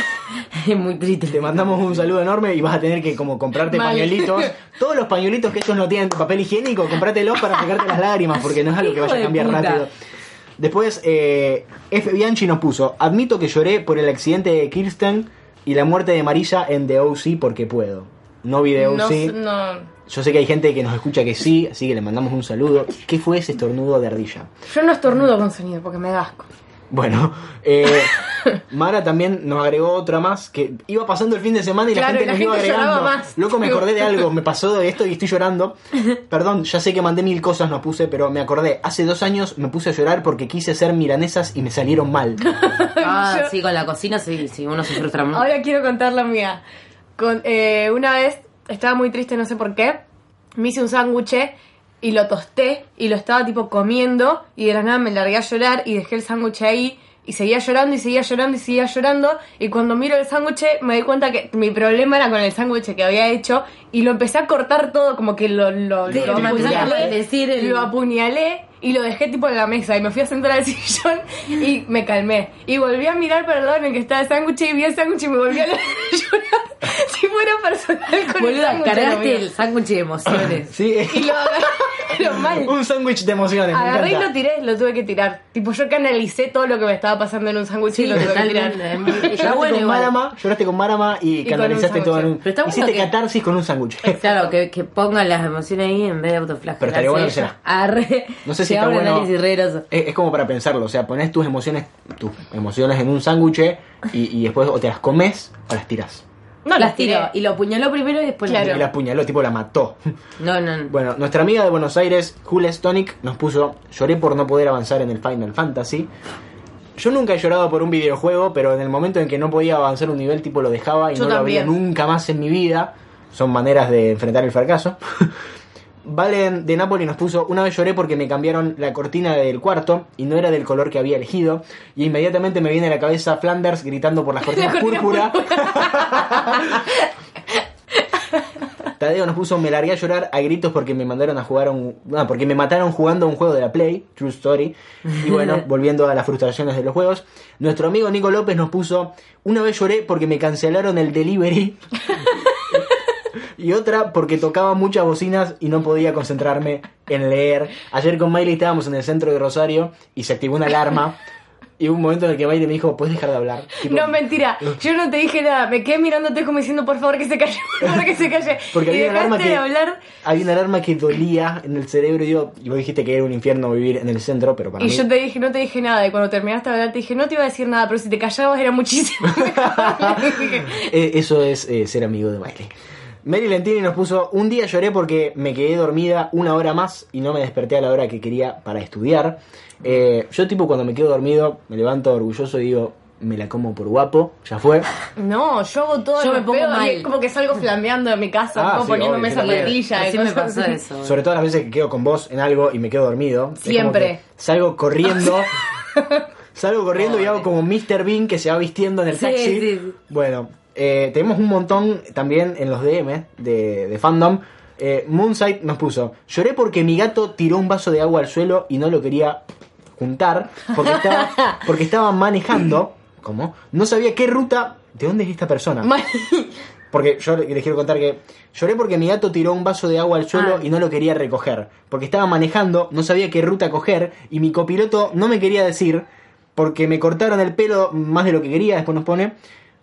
C: Es muy triste.
B: Te mandamos un saludo enorme y vas a tener que como comprarte
A: Mal.
B: pañuelitos. Todos los pañuelitos que ellos no tienen papel higiénico, comprátelos para sacarte las lágrimas, porque no es algo que
C: Hijo
B: vaya a
C: de
B: cambiar
C: puta.
B: rápido. Después, eh, F. Bianchi nos puso, admito que lloré por el accidente de Kirsten y la muerte de Marisa en The OC porque puedo. No
C: eh,
B: vi The OC.
A: No, no.
B: Yo sé que hay gente que nos escucha que sí, así que le mandamos un saludo. ¿Qué fue ese estornudo de ardilla?
A: Yo no estornudo con sonido porque me da asco.
B: Bueno, eh, Mara también nos agregó otra más que iba pasando el fin de semana y la
A: Claro,
B: gente
A: y la
B: nos iba
A: gente
B: agregando.
A: lloraba más.
B: Loco, me acordé de algo, me pasó de esto y estoy llorando. Perdón, ya sé que mandé mil cosas, no puse, pero me acordé. Hace dos años me puse a llorar porque quise ser milanesas y me salieron mal.
C: Ah,
A: Yo-
C: sí, con la cocina sí, sí, uno se frustra mucho.
A: Ahora quiero contar la mía. Con, eh, una vez estaba muy triste, no sé por qué. Me hice un sándwich y lo tosté y lo estaba tipo comiendo y de la nada me largué a llorar y dejé el sándwich ahí y seguía llorando y seguía llorando y seguía llorando y cuando miro el sándwich me di cuenta que mi problema era con el sándwich que había hecho y lo empecé a cortar todo como que lo, lo,
C: Sí,
A: lo
C: lo empezaste
B: ¿eh?
C: a maldecir el-
A: lo apuñalé y lo dejé tipo en la mesa y me fui a sentar al sillón y me calmé. Y volví a mirar para el lado en el que estaba el sándwich y vi el sándwich y me volví a llorar si fuera personal con el
C: Boluda,
A: sándwich.
C: cargaste
A: amigo.
C: el sándwich de emociones.
B: Sí,
A: Y lo agarré, pero mal.
B: un sándwich de emociones. me
A: Agarré y
B: encanta.
A: lo tiré, lo tuve que tirar. Tipo, yo canalicé todo lo que me estaba pasando en un sándwich y
C: Sí,
A: lo tuve que tirar.
C: totalmente. Está
B: Lloraste
C: bueno
B: con
C: igual.
B: Marama, lloraste con Marama y,
A: con un
B: canalizaste todo en un...
A: sándwich.
C: Pero está bueno
B: Hiciste
C: que-
B: catarsis con un sándwich.
C: Claro, que, que pongan las emociones ahí en vez de autoflagelarse.
B: Pero estaría bueno que sea.
C: Arre.
B: No sé si
C: Se
B: está
C: abre
B: bueno. Eh,
C: análisis re groso.
B: Es, es como para pensarlo, o sea, pones tus emociones, tus emociones en un sándwich y, y después o te las comes o las tiras.
A: No,
C: las
A: las
C: tiró
A: tiré.
C: y lo apuñaló primero y después
A: Claro.
C: lo
B: Y la apuñaló, tipo la mató.
C: No, no, no.
B: Bueno, nuestra amiga de Buenos Aires, Jules Stonic, nos puso, lloré por no poder avanzar en el Final Fantasy. Yo nunca he llorado por un videojuego, pero en el momento en que no podía avanzar un nivel, tipo lo dejaba y
A: Yo
B: no lo abría
A: también.
B: nunca más en mi vida. Son maneras de enfrentar el fracaso. Valen de Napoli nos puso, una vez lloré porque me cambiaron la cortina del cuarto y no era del color que había elegido. Y inmediatamente me viene a la cabeza Flanders gritando por las cortinas púrpura. Tadeo nos puso, me largué a llorar a gritos porque me mandaron a jugar a un... ah, porque me mataron jugando a un juego de la Play, True Story. Y bueno, volviendo a las frustraciones de los juegos. Nuestro amigo Nico López nos puso, una vez lloré porque me cancelaron el delivery. Y otra porque tocaba muchas bocinas y no podía concentrarme en leer. Ayer con Miley estábamos en el centro de Rosario y se activó una alarma. Y hubo un momento en el que Miley me dijo, ¿puedes dejar de hablar? Tipo,
A: No, mentira. Yo no te dije nada. Me quedé mirándote como diciendo, por favor, que se calle, por favor, que se calle.
B: Porque
A: y
B: había una alarma
A: dejaste
B: que,
A: de hablar.
B: había una alarma que dolía en el cerebro y yo, y vos dijiste que era un infierno vivir en el centro, pero para
A: Y
B: mí...
A: yo te dije, no te dije nada. Y cuando terminaste de hablar, te dije, no te iba a decir nada, pero si te callabas era muchísimo. mejor.
B: Eh, Eso es eh, ser amigo de Miley. Mary Lentini nos puso, un día lloré porque me quedé dormida una hora más y no me desperté a la hora que quería para estudiar. Eh, yo tipo cuando me quedo dormido me levanto orgulloso y digo, me la como por guapo, ya fue.
A: no, yo hago todo
C: Yo
A: lo
C: me pongo
A: peor, y
C: mal.
A: es como que salgo flameando de mi casa,
B: Ah,
A: como
B: sí,
A: poniéndome
B: obvio, yo
A: esa
B: también.
A: platilla.
C: Así me pasó eso.
B: Sobre todo las veces que quedo con vos en algo y me quedo dormido. Es como
A: Siempre.
B: que Salgo corriendo. salgo corriendo y hago como Mr. Bean que se va vistiendo en el
C: Sí,
B: taxi.
C: sí, sí.
B: Bueno, eh, tenemos un montón también en los DM de, de fandom. Eh, Moonsight nos puso, lloré porque mi gato tiró un vaso de agua al suelo y no lo quería juntar porque estaba, porque estaba manejando. ¿Cómo? No sabía qué ruta... ¿De dónde es esta persona? Porque yo le- les quiero contar que lloré porque mi gato tiró un vaso de agua al suelo y no lo quería recoger. Porque estaba manejando, no sabía qué ruta coger y mi copiloto no me quería decir porque me cortaron el pelo más de lo que quería. Después nos pone,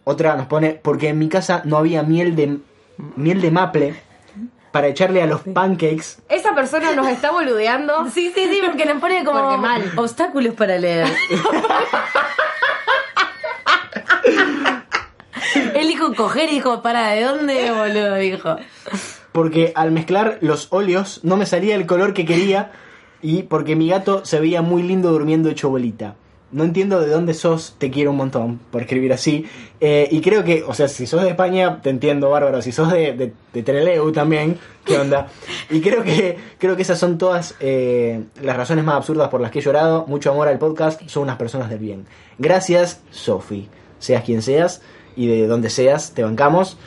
B: otra nos pone, porque en mi casa no había miel de, miel de maple para echarle a los pancakes.
A: Esa persona nos está boludeando.
C: Sí, sí, sí, porque nos pone como
A: Porque mal.
C: obstáculos para leer. Él dijo coger y dijo, para, ¿de dónde, boludo? Dijo.
B: Porque al mezclar los óleos no me salía el color que quería y porque mi gato se veía muy lindo durmiendo hecho bolita. no entiendo de dónde sos, te quiero un montón por escribir así. Eh, y creo que, o sea, si sos de España, te entiendo, bárbaro. Si sos de, de, de Treleu también, ¿qué onda? Y creo que, creo que esas son todas eh, las razones más absurdas por las que he llorado. Mucho amor al podcast, son unas personas del bien. Gracias, Sofi. Seas quien seas y de donde seas, te bancamos.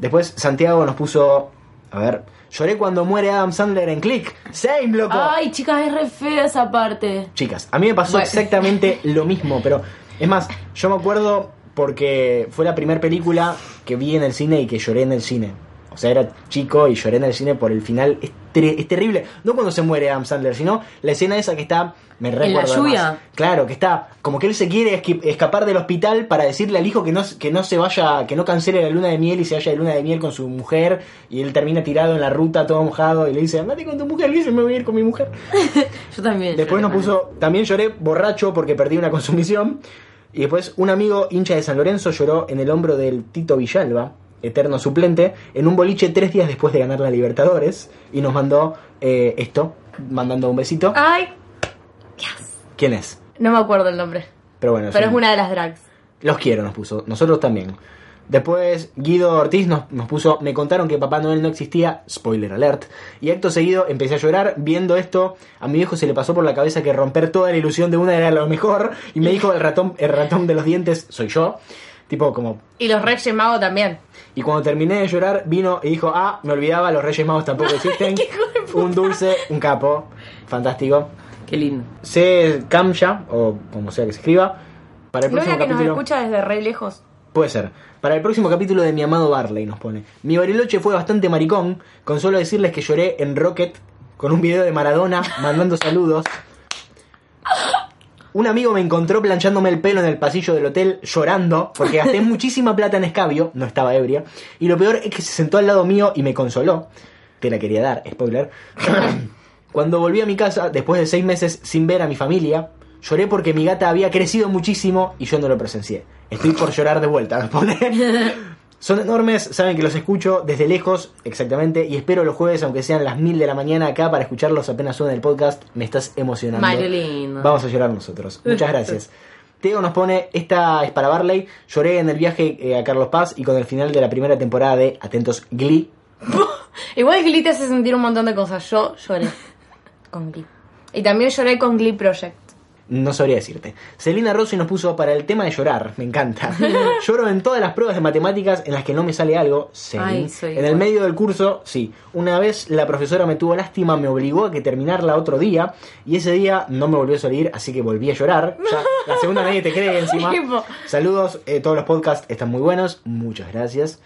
B: Después, Santiago nos puso, a ver, lloré cuando muere Adam Sandler en Click. Same, loco.
C: Ay, chicas, es re fea esa parte.
B: Chicas, a mí me pasó exactamente lo mismo, pero es más, yo me acuerdo porque fue la primera película que vi en el cine y que lloré en el cine. O sea, era chico y lloré en el cine por el final. Es, ter- es terrible. No cuando se muere Adam Sandler, sino la escena esa que está. Me recuerdo.
C: lluvia?
B: además. Claro, que está. Como que él se quiere esqui- escapar del hospital para decirle al hijo que no, que no se vaya, que no cancele la luna de miel y se vaya de luna de miel con su mujer. Y él termina tirado en la ruta, todo mojado. Y le dice, andate con tu mujer. Le dice, me voy a ir con mi mujer.
C: Yo también.
B: Después
C: lloré
B: nos puso, también lloré borracho porque perdí una consumición. Y después un amigo hincha de San Lorenzo lloró en el hombro del Tito Villalba, eterno suplente, en un boliche tres días después de ganar la Libertadores. Y nos mandó eh, esto, mandando un besito.
A: Ay,
B: ¿Quién es?
A: no me acuerdo el nombre.
B: Pero bueno,
A: Pero es
B: un-
A: una de las drags.
B: Los quiero, nos puso. Nosotros también. Después Guido Ortiz nos, nos puso, me contaron que Papá Noel no existía, spoiler alert, y acto seguido empecé a llorar viendo esto, a mi viejo se le pasó por la cabeza que romper toda la ilusión de una era lo mejor, y me dijo el ratón, el ratón de los dientes soy yo, tipo como,
A: Y los Reyes Magos también.
B: y cuando terminé de llorar vino y dijo, ah, me olvidaba, los Reyes Magos tampoco existen, un dulce, un capo, fantástico,
C: mal. Qué lindo.
B: C. Camcha, o como sea que se escriba, para el
A: ¿No
B: próximo
A: era que nos
B: capítulo...
A: escucha desde re lejos?
B: Puede ser. Para el próximo capítulo de mi amado Barley nos pone. Mi bariloche fue bastante maricón, con solo decirles que lloré en Rocket con un video de Maradona mandando saludos. Un amigo me encontró planchándome el pelo en el pasillo del hotel llorando porque gasté muchísima plata en escabio, no estaba ebria, y lo peor es que se sentó al lado mío y me consoló. Te la quería dar, spoiler. Cuando volví a mi casa, después de seis meses sin ver a mi familia, lloré porque mi gata había crecido muchísimo y yo no lo presencié. Estoy por llorar de vuelta, me pone. Son enormes, saben que los escucho desde lejos, exactamente, y espero los jueves, aunque sean las mil de la mañana acá, para escucharlos apenas suena el podcast. Me estás emocionando.
C: Ay, qué lindo.
B: Vamos a llorar nosotros. Muchas gracias. Teo nos pone, esta es para Barley, lloré en el viaje eh, a Carlos Paz y con el final de la primera temporada de Atentos Glee.
A: Igual Glee te hace sentir un montón de cosas. Yo lloré con Glee. Y también lloré con Glee Project.
B: No sabría decirte. Celina Rossi nos puso para el tema de llorar, me encanta. Lloro en todas las pruebas de matemáticas en las que no me sale algo. Celin.
C: Ay, soy
B: en el
C: igual.
B: medio del curso, sí. Una vez la profesora me tuvo lástima, me obligó a que terminarla otro día y ese día no me volvió a salir, así que volví a llorar. Ya, la segunda nadie te cree encima.
A: Tipo.
B: Saludos, eh, todos los podcasts están muy buenos, muchas gracias.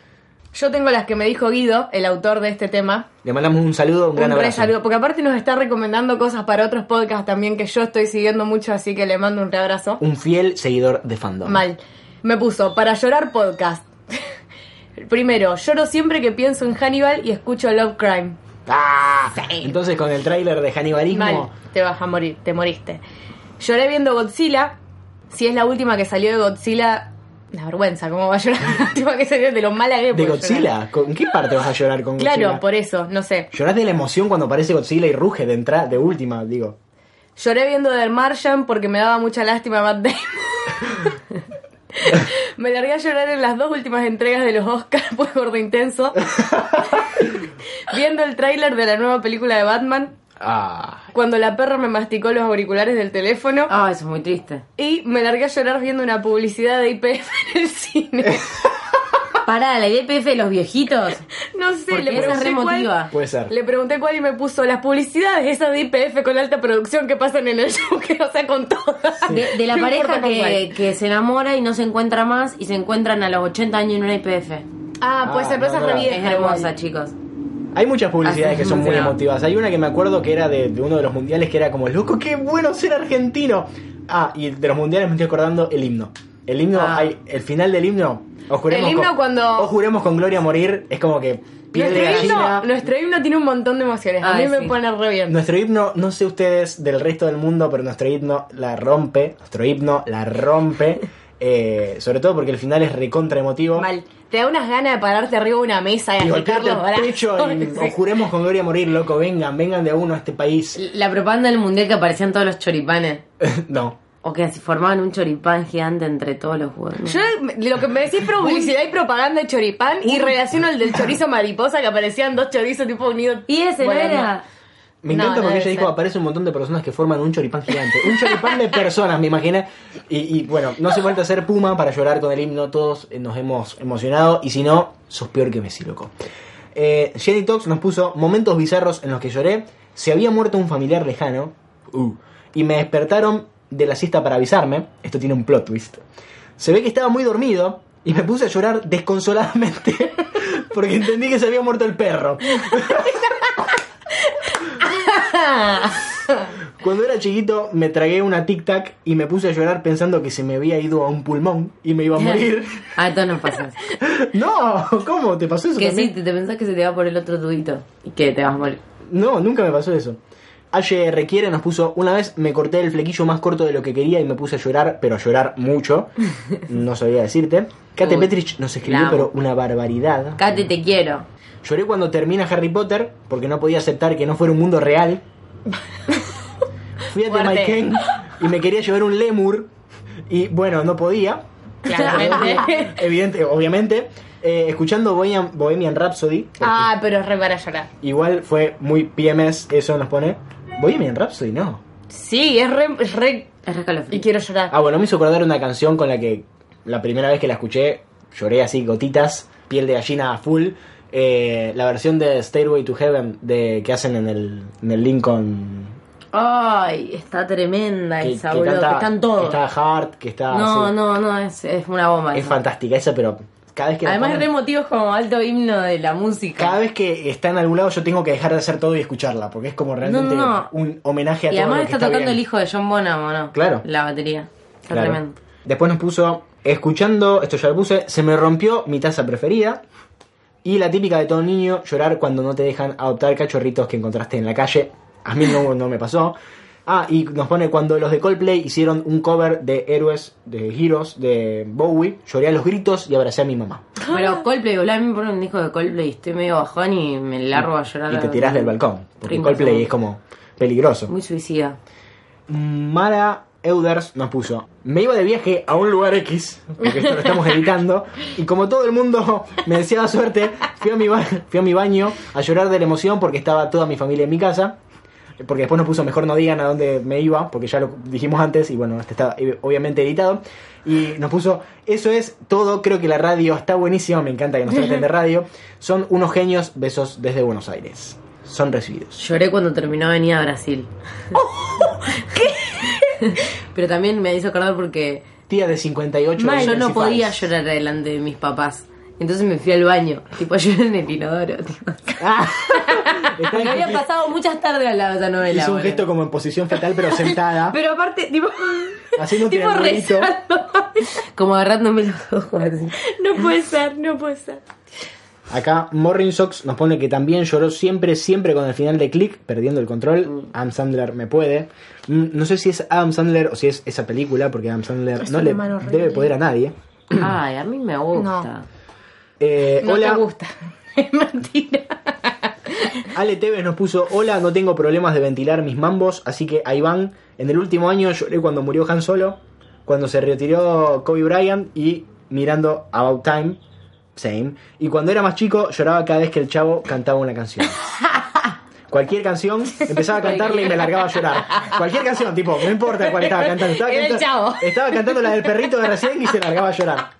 A: Yo tengo las que me dijo Guido, el autor de este tema.
B: Le mandamos un saludo, un, gran
A: un re
B: abrazo.
A: saludo, porque aparte nos está recomendando cosas Ah, para otros podcasts también que yo estoy siguiendo mucho, así que le mando un re abrazo.
B: Un fiel seguidor de fandom.
A: Mal. Me puso, para llorar podcast. Primero, lloro siempre que pienso en Hannibal y escucho Love Crime.
B: Ah,
A: Sí.
B: Entonces con el tráiler de Hannibalismo.
A: Mal, te vas a morir, te moriste. Lloré viendo Godzilla. Si es la última que salió de Godzilla, la vergüenza, ¿cómo va a llorar? la última que salió de lo mala que
B: ¿De
A: puede llorar.
B: Godzilla? ¿Con qué parte vas a llorar con
A: Claro, pues-
B: Godzilla?
A: por eso, no sé.
B: Llorás de la emoción cuando aparece Godzilla y ruge de entrada, de última, digo.
A: Lloré viendo The Martian porque me daba mucha lástima Matt Damon. me largué a llorar en las dos últimas entregas de los Oscars por gordo intenso. viendo el tráiler de la nueva película de Batman.
B: Ah.
A: Cuando la perra me masticó los auriculares del teléfono.
C: Ah, eso es muy triste.
A: Y me largué a llorar viendo una publicidad de IPF en el cine.
C: Pará, la IPF de los viejitos.
A: No sé,
C: Porque
A: le
C: esa es
A: pregunté,
C: remotiva.
A: cuál,
B: Puede ser.
A: le pregunté cuál y me puso las publicidades esas de IPF con alta producción que pasan en el show, que no sea con todas.
C: De, de la
A: No importa
C: pareja
A: con cuál.
C: que, que se enamora y no se encuentra más y se encuentran a los 80 años en una IPF.
A: Ah, pues
B: Ah,
A: se
B: no,
A: empieza
B: no,
A: re
B: no.
A: vieja
C: Es hermosa,
A: igual.
C: chicos.
B: Hay muchas publicidades
C: Así
B: que son muy
C: funciona.
B: emotivas. Hay una que me acuerdo que era de, de uno de los mundiales que era como, loco, qué bueno ser argentino. Ah, y de los mundiales me estoy acordando el himno. El himno,
C: Ah.
B: hay, el final del himno. O juremos
A: El himno
B: con,
A: cuando-
B: o juremos con gloria morir, es como que piel de
A: Nuestro
B: gallina.
A: himno, nuestro himno tiene un montón de emociones. A
C: Ay,
A: mí me
C: sí.
A: pone re bien.
B: Nuestro himno, no sé ustedes del resto del mundo, pero nuestro himno la rompe. Nuestro himno la rompe. eh, sobre todo porque el final es recontra emotivo.
A: Mal. Te da unas ganas de pararte arriba de una mesa y
B: Y
A: agitar
B: golpearte
A: los
B: el
A: brazos.
B: pecho y o juremos con gloria morir, loco. Vengan, vengan de a uno a este país.
C: La propaganda del mundial que aparecían todos los choripanes.
B: no.
C: O que se formaban un choripán gigante entre todos los jugadores.
E: Yo lo que me decís publicidad y propaganda de choripán y relaciono el del chorizo mariposa que aparecían dos chorizos tipo unidos.
C: Y ese no
E: Volando.
C: era.
B: Me
E: No,
B: encanta
E: no
B: porque
E: debe
B: ella dijo,
E: ser.
B: aparece un montón de personas que forman un choripán gigante. Un choripán de personas, me imaginé. Y, y, bueno, no se falta ser Puma para llorar con el himno. Todos eh, nos hemos emocionado. Y si no, sos peor que Messi, loco. Eh, Jenny Tox nos puso momentos bizarros en los que lloré. Se había muerto un familiar lejano. Uh, y me despertaron de la siesta para avisarme. Esto tiene un plot twist. Se ve que estaba muy dormido. Y me puse a llorar desconsoladamente. Porque entendí que se había muerto el perro. Cuando era chiquito me tragué una tic tac y me puse a llorar pensando que se me había ido a un pulmón y me iba a morir.
C: A todos nos pasa.
B: no, ¿cómo? ¿Te pasó eso
C: Que sí,
B: también?
C: te, te pensás que se te va por el otro tubito y que te vas a morir.
B: No, nunca me pasó eso. Ayer requiere nos puso una vez me corté el flequillo más corto de lo que quería y me puse a llorar, pero a llorar mucho. No sabía decirte. Kate
C: Uy,
B: Petrich nos escribió,
C: la amo.
B: pero una barbaridad.
C: Katy, te quiero.
B: Lloré cuando termina Harry Potter porque no podía aceptar que no fuera un mundo real. Fui a
E: Fuerte.
B: Jamaica y me quería llevar un lemur y bueno, no podía.
E: Claramente.
B: Evidente, obviamente. Eh, escuchando Bohemian, Bohemian Rhapsody. porque
E: ah, pero re para llorar.
B: Igual fue muy PMS, eso nos pone. Bohemian Rhapsody, no.
E: Sí, es re, es re-
C: Es
E: Y
C: rescalofrío.
E: quiero llorar.
B: Ah, bueno, me hizo acordar una canción con la que la primera vez que la escuché lloré así, gotitas, piel de gallina a full. Eh, la versión de Stairway to Heaven de, que hacen en el, en el Lincoln.
C: Ay, está tremenda
B: que-
C: esa,
B: que
C: boludo.
B: canta-
C: que están todos.
B: que Está Hart, que está.
C: no,
B: sí.
C: no, no, es, es una bomba.
B: Es
C: esa.
B: fantástica esa, pero cada vez que. la
C: Además,
B: ponen-
C: re motivos como alto himno de la música.
B: Cada vez que está en algún lado yo tengo que dejar de hacer todo y escucharla, porque es como realmente
C: No, no, no.
B: un homenaje a
C: y
B: todo
C: además
B: lo que
C: está, tocando
B: bien.
C: el hijo de John Bonham, ¿o ¿no?
B: Claro.
C: La batería. Está
B: Claro.
C: tremendo.
B: Después nos puso, escuchando, esto ya lo puse, se me rompió mi taza preferida. Y la típica de todo niño, llorar cuando no te dejan adoptar cachorritos que encontraste en la calle. A mí no, no me pasó. Ah, y nos pone cuando los de Coldplay hicieron un cover de Héroes, de Heroes, de Bowie, lloré a los gritos y abracé a mi mamá.
C: Pero Coldplay, boludo, a mí me ponen un disco de Coldplay y estoy medio bajón y me largo a llorar.
B: Y te tirás del balcón. Porque
C: Ringo
B: Coldplay
C: Starr.
B: es como peligroso.
C: Muy suicida.
B: Mara Euders nos puso, me iba de viaje a un lugar X, porque esto lo estamos editando, y como todo el mundo me deseaba suerte, fui a, mi ba- fui a mi baño a llorar de la emoción porque estaba toda mi familia en mi casa, porque después nos puso, mejor no digan a dónde me iba, porque ya lo dijimos antes, y bueno, este está eh, obviamente editado, y nos puso, eso es todo, creo que la radio está buenísima, me encanta que nos traten de radio, son unos genios, besos desde Buenos Aires, son recibidos.
C: Lloré cuando terminó Avenida Brasil. ¿Qué? Pero también me hizo acordar porque
B: Tía de 58
C: Mal, yo no
B: Nancy
C: podía
B: Fares.
C: llorar delante de mis papás. Entonces me fui al baño, tipo lloré en el inodoro. Tipo.
B: Ah, está
C: Me había
B: en-
C: pasado muchas tardes al lado eh. de esa novela.
B: Hizo un
C: boludo.
B: gesto como en posición fetal, pero sentada.
E: Pero aparte, tipo,
B: haciendo un
E: tipo
B: triangulito.
C: Como agarrándome los ojos. así.
E: no puede ser, no puede ser.
B: Acá Morrin Sox nos pone que también lloró siempre, siempre con el final de Click, perdiendo el
C: Mm.
B: control. Adam Sandler me puede. Mm, No sé si es Adam Sandler o si es esa película, porque Adam Sandler no le debe poder a nadie.
C: Ay, a mí me gusta.
B: Eh,
E: No
B: hola,
E: te gusta. Es mentira.
B: Ale Tevez nos puso, hola, no tengo problemas de ventilar mis mambos, así que ahí van. En el último año lloré cuando murió Han Solo, cuando se retiró Kobe Bryant y mirando About Time, same. Y cuando era más chico lloraba cada vez que el chavo cantaba una canción. Cualquier canción, empezaba a cantarla y me largaba a llorar. Cualquier canción, tipo, no importa cuál estaba cantando. Estaba,
E: Era el
B: cantando,
E: Chavo.
B: estaba cantando la del perrito de recién y se largaba a llorar.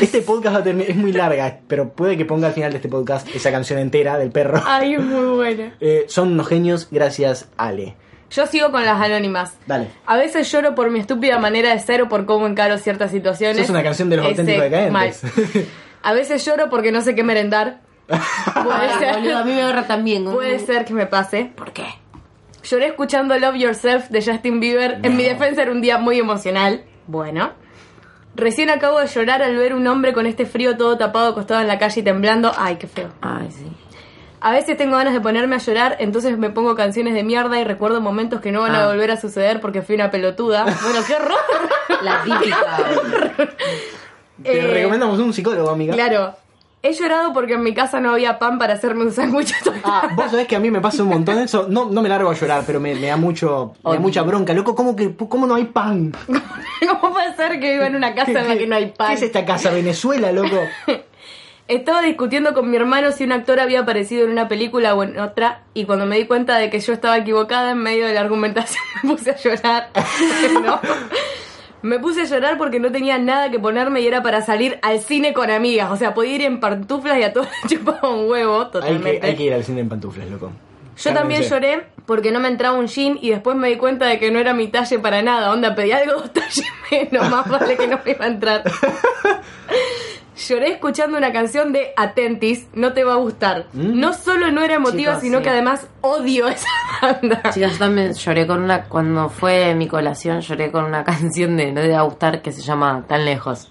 B: Este podcast va a termi- es muy larga, pero puede que ponga al final de este podcast esa canción entera del perro.
E: Ay, es muy buena.
B: Eh, son unos genios, gracias Ale.
E: Yo sigo con las anónimas.
B: Dale.
E: A veces lloro por mi estúpida manera de ser o por cómo encaro ciertas situaciones.
B: Esa es una canción de los
E: Ese,
B: auténticos decadentes.
E: mal. A veces lloro porque no sé qué merendar. Puede
C: Ay, boludo, a
E: ser,
C: mí me agarra también.
E: puede ser que me pase.
C: ¿Por qué?
E: Lloré escuchando Love Yourself de Justin Bieber. En mi defensa era un día muy emocional. Bueno. Recién acabo de llorar al ver un hombre con este frío todo tapado, acostado en la calle y temblando. Ay, qué feo.
C: Ay, sí.
E: A veces tengo ganas de ponerme a llorar, entonces me pongo canciones de mierda y recuerdo momentos que no van a
C: Ah.
E: volver a suceder porque fui una pelotuda. Bueno, qué horror.
C: La típica. boludo.
B: Te
E: Eh,
A: Eh,
B: recomendamos un psicólogo, amiga.
E: Claro.
A: He llorado porque en mi casa no había pan para hacerme un sándwich.
B: Ah, vos sabés que a mí me pasa un montón eso. No, no me largo a llorar, pero me, me da mucho me da mucha bronca. Loco, ¿cómo, que, ¿cómo no hay pan?
A: ¿Cómo puede ser que viva en una casa en la que no hay pan?
B: ¿Qué es esta casa? Venezuela, loco.
A: Estaba discutiendo con mi hermano si un actor había aparecido en una película o en otra y cuando me di cuenta de que yo estaba equivocada en medio de la argumentación me puse a llorar. No. Me puse a llorar porque no tenía nada que ponerme y era para salir al cine con amigas. O sea, podía ir en pantuflas y a todo chupaba un huevo,
B: Hay
A: totalmente.
B: que, hay que ir al cine en pantuflas, loco.
A: Yo también
B: Cálmense.
A: lloré porque no me entraba un jean y después me di cuenta de que no era mi talle para nada. Onda, pedí algo dos talles menos, más vale que no me iba a entrar. Lloré escuchando una canción de Atentis, no te va a gustar. No solo no era emotiva,
C: ¿Mm? Chicos,
A: sino
C: sí.
A: que además odio esa banda.
C: Chicas, yo también lloré con una. Cuando fue mi colación, lloré con una canción de No te va a gustar que se llama Tan lejos.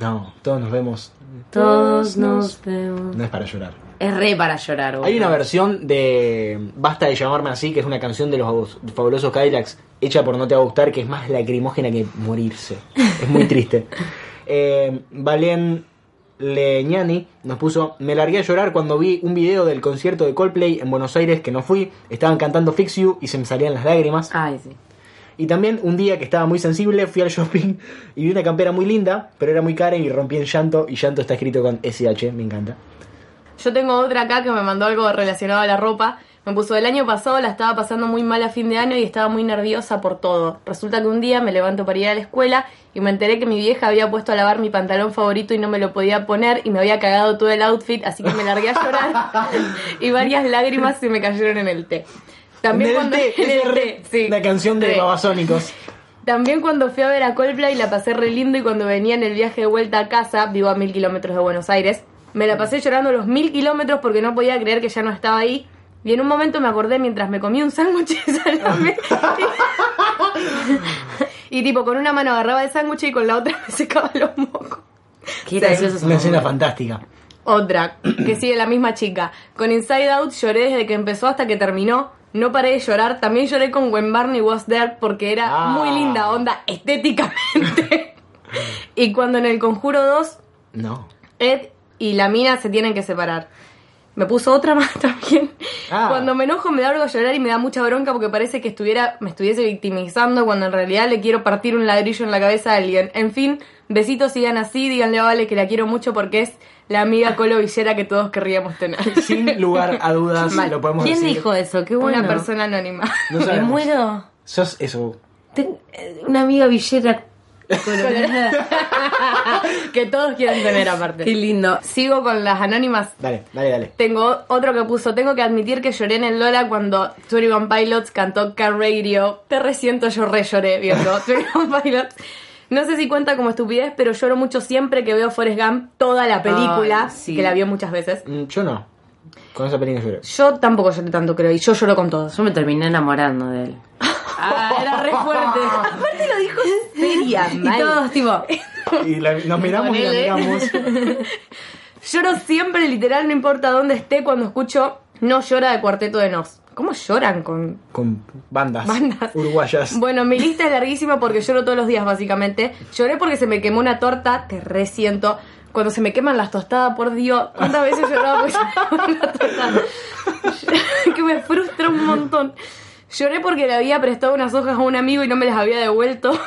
B: No, todos nos vemos.
C: Todos nos vemos.
B: No es para llorar.
C: Es re para llorar, boludo.
B: Hay una versión de Basta de llamarme así, que es una canción de los fabulosos Cadillacs, hecha por No Te Va a Gustar, que es más lacrimógena que morirse. Es muy triste. Eh, Valen Leñani nos puso: Me largué a llorar cuando vi un video del concierto de Coldplay en Buenos Aires que no fui. Estaban cantando Fix You y se me salían las lágrimas.
C: Ay, sí.
B: Y también un día que estaba muy sensible, fui al shopping y vi una campera muy linda, pero era muy cara y rompí en llanto. Y llanto está escrito con SH, me encanta.
A: Yo tengo otra acá que me mandó algo relacionado a la ropa. Me puso el año pasado, la estaba pasando muy mal a fin de año y estaba muy nerviosa por todo. Resulta que un día me levanto para ir a la escuela y me enteré que mi vieja había puesto a lavar mi pantalón favorito y no me lo podía poner y me había cagado todo el outfit, así que me largué a llorar y varias lágrimas se me cayeron en el té. También
B: En el
A: cuando
B: té,
A: en
B: es
A: el
B: re-
A: té, sí.
B: La canción de
A: Re.
B: Babasónicos.
A: También cuando fui a ver a Coldplay la pasé re lindo y cuando venía en el viaje de vuelta a casa, vivo a mil kilómetros de Buenos Aires, me la pasé llorando los mil kilómetros porque no podía creer que ya no estaba ahí. Y en un momento me acordé mientras me comí un sándwich de salame. y tipo, con una mano agarraba el sándwich y con la otra me secaba los mocos.
C: Qué gracioso
B: Es una escena fantástica.
A: Otra, que sigue la misma chica. Con Inside Out lloré desde que empezó hasta que terminó. No paré de llorar. También lloré con When Barney Was There porque era
B: Ah.
A: muy linda onda estéticamente. y cuando en el Conjuro 2,
B: No.
A: Ed y la mina se tienen que separar. Me puso otra más también.
B: Ah.
A: Cuando me enojo me largo a llorar y me da mucha bronca porque parece que estuviera, me estuviese victimizando cuando en realidad le quiero partir un ladrillo en la cabeza a alguien. En fin, besitos sigan así, díganle a Vale que la quiero mucho porque es la amiga colo villera que todos querríamos tener.
B: Sin lugar a dudas,
C: Mal.
B: lo podemos
C: ¿Quién
B: decir.
C: dijo eso? Qué bueno.
A: Una persona anónima.
B: No
C: Me
B: sabemos.
C: muero.
B: Sos eso.
C: Ten- eh, una amiga villera. colorada.
A: que todos quieren tener aparte.
C: Qué lindo.
A: Sigo con las anónimas
B: Dale, dale, dale.
A: Tengo otro que puso, tengo que admitir que lloré en el Lola cuando 21 Pilots cantó Car Radio. Te resiento, yo re lloré viendo 21 Pilots. No sé si cuenta como estupidez, pero lloro mucho siempre que veo Forrest Gump, toda la película,
C: Ay, sí.
A: que la vio muchas veces.
B: Mm, Yo no. Con esa película lloré.
A: Yo tampoco lloré tanto, creo, y yo lloro con todos.
C: Yo me terminé enamorando de él.
A: Ah, era re fuerte. Aparte lo dijo seria,
C: Y todos, tipo.
B: Y la- nos miramos y
A: Ponele.
B: la miramos.
A: Lloro siempre, literal, no importa dónde esté, cuando escucho No llora de Cuarteto de Nos. ¿Cómo lloran con
B: Con bandas,
A: Bandas.
B: uruguayas.
A: Bueno, mi lista es larguísima porque lloro todos los días, básicamente. Lloré porque se me quemó una torta, te resiento. Cuando se me queman las tostadas, por Dios, ¿cuántas veces lloraba porque se me quemó una tostada? que me frustra un montón. Lloré porque le había prestado unas hojas a un amigo y no me las había devuelto.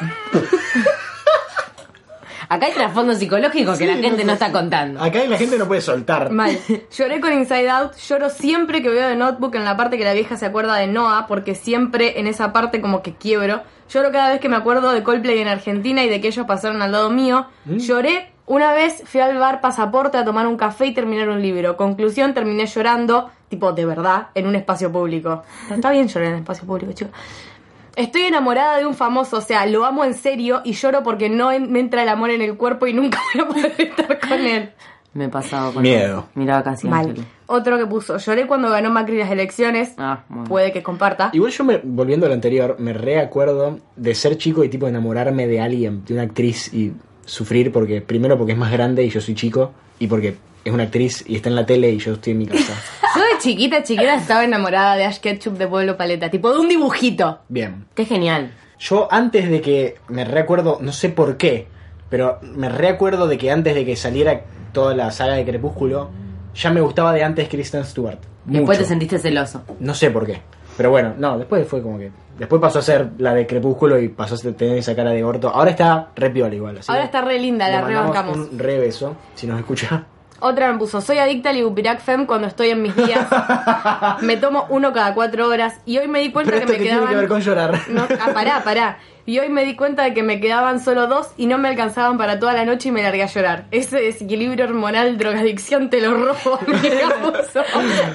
C: Acá hay trasfondo psicológico que la gente no está contando.
B: Acá la gente no puede soltar.
A: Mal. Lloré con Inside Out, lloro siempre que veo de Notebook en la parte que la vieja se acuerda de Noah, porque siempre en esa parte como que quiebro. Lloro cada vez que me acuerdo de Coldplay en Argentina y de que ellos pasaron al lado mío. Lloré una vez, fui al bar Pasaporte a tomar un café y terminar un libro. Conclusión, terminé llorando, tipo de verdad, en un espacio público. Pero está bien llorar en espacio público, chicos. Estoy enamorada de un famoso, o sea, lo amo en serio y lloro porque no en- me entra el amor en el cuerpo y nunca voy a poder estar con él.
C: Me he pasado con
B: Miedo.
C: Mira vacaciones.
A: Mal. Otro que puso, lloré cuando ganó Macri las elecciones.
C: Ah, bueno.
A: Puede que comparta.
B: Igual yo, me, volviendo a lo anterior, me reacuerdo de ser chico y tipo enamorarme de alguien, de una actriz y sufrir porque, primero porque es más grande y yo soy chico y porque es una actriz y está en la tele y yo estoy en mi casa.
A: Yo de chiquita, chiquita, estaba enamorada de Ash Ketchup de Pueblo Paleta. Tipo de un dibujito.
B: Bien.
C: Qué genial.
B: Yo antes de que me recuerdo, no sé por qué, pero me recuerdo de que antes de que saliera toda la saga de Crepúsculo, ya me gustaba de antes Kristen Stewart.
C: Después
B: Mucho.
C: te sentiste celoso.
B: No sé por qué. Pero bueno, no, después fue como que. Después pasó a ser la de Crepúsculo y pasó a tener esa cara de orto. Ahora está re piola igual. Así
A: Ahora
B: que
A: está re linda,
B: le
A: la
B: mandamos
A: rebancamos.
B: Un re beso, si nos escucha.
A: Otra me puso, soy adicta al Ibupirac Fem cuando estoy en mis días. me tomo uno cada cuatro horas y hoy me di cuenta
B: Pero
A: que
B: esto
A: me
B: que tiene
A: quedaban...
B: que ver con llorar.
A: No, ah, pará, pará. Y hoy me di cuenta de que me quedaban solo dos y no me alcanzaban para toda la noche y me largué a llorar. Ese desequilibrio hormonal, drogadicción, te lo robo, amiga, puso.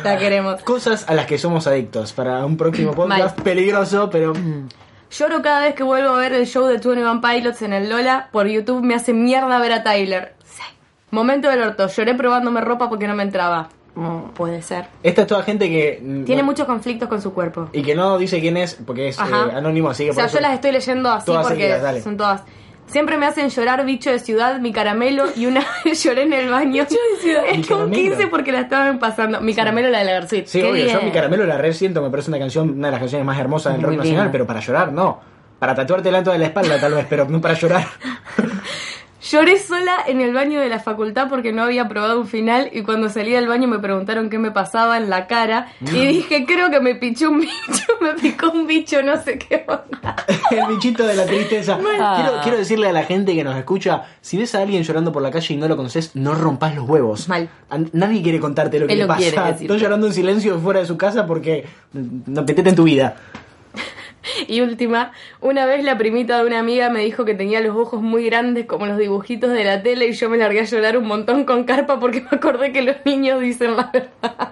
A: La queremos.
B: Cosas a las que somos adictos. Para un próximo podcast, peligroso, pero.
A: Mm. Lloro cada vez que vuelvo a ver el show de Twenty One Pilots en el Lola. Por YouTube me hace mierda ver a Tyler. Sí. Momento del orto. Lloré probándome ropa porque no me entraba. Mm, puede ser.
B: Esta es toda gente que. mm,
A: Tiene
B: no-
A: muchos conflictos con su cuerpo.
B: Y que no dice quién es, porque es
A: Ajá.
B: eh, anónimo, así que
A: O sea,
B: por
A: yo
B: eso-
A: las estoy leyendo así
B: Todas
A: porque
B: seguidas, dale.
A: son todas. Siempre me hacen llorar bicho de ciudad, mi caramelo y una vez lloré en el baño. Bicho de ciudad.
B: Mi
A: Es que un
B: caramelo.
A: 15 porque la estaban pasando. Mi caramelo la de la García.
B: Sí,
C: Qué
B: obvio, yo
C: bien.
B: mi caramelo la re siento, me parece una canción, una de las canciones más hermosas del
C: Muy
B: rock nacional,
C: linda.
B: pero para llorar no. Para tatuarte el alto de la espalda tal vez, pero no para llorar.
A: Lloré sola en el baño de la facultad porque no había probado un final y cuando salí del baño me preguntaron qué me pasaba en la cara y dije, creo que me pichó un bicho, me picó un bicho, no sé qué onda.
B: El bichito de la tristeza. Quiero, quiero decirle a la gente que nos escucha, si ves a alguien llorando por la calle y no lo conoces, no rompas los huevos.
A: Mal.
B: A- nadie quiere contarte lo que
C: Él
B: le
C: lo quiere
B: pasa.
C: decirte.
B: Estoy llorando en silencio fuera de su casa porque mm, no metete en tu vida.
A: Y última, una vez la primita de una amiga me dijo que tenía los ojos muy grandes como los dibujitos de la tele y yo me largué a llorar un montón con carpa porque me acordé que los niños dicen la verdad.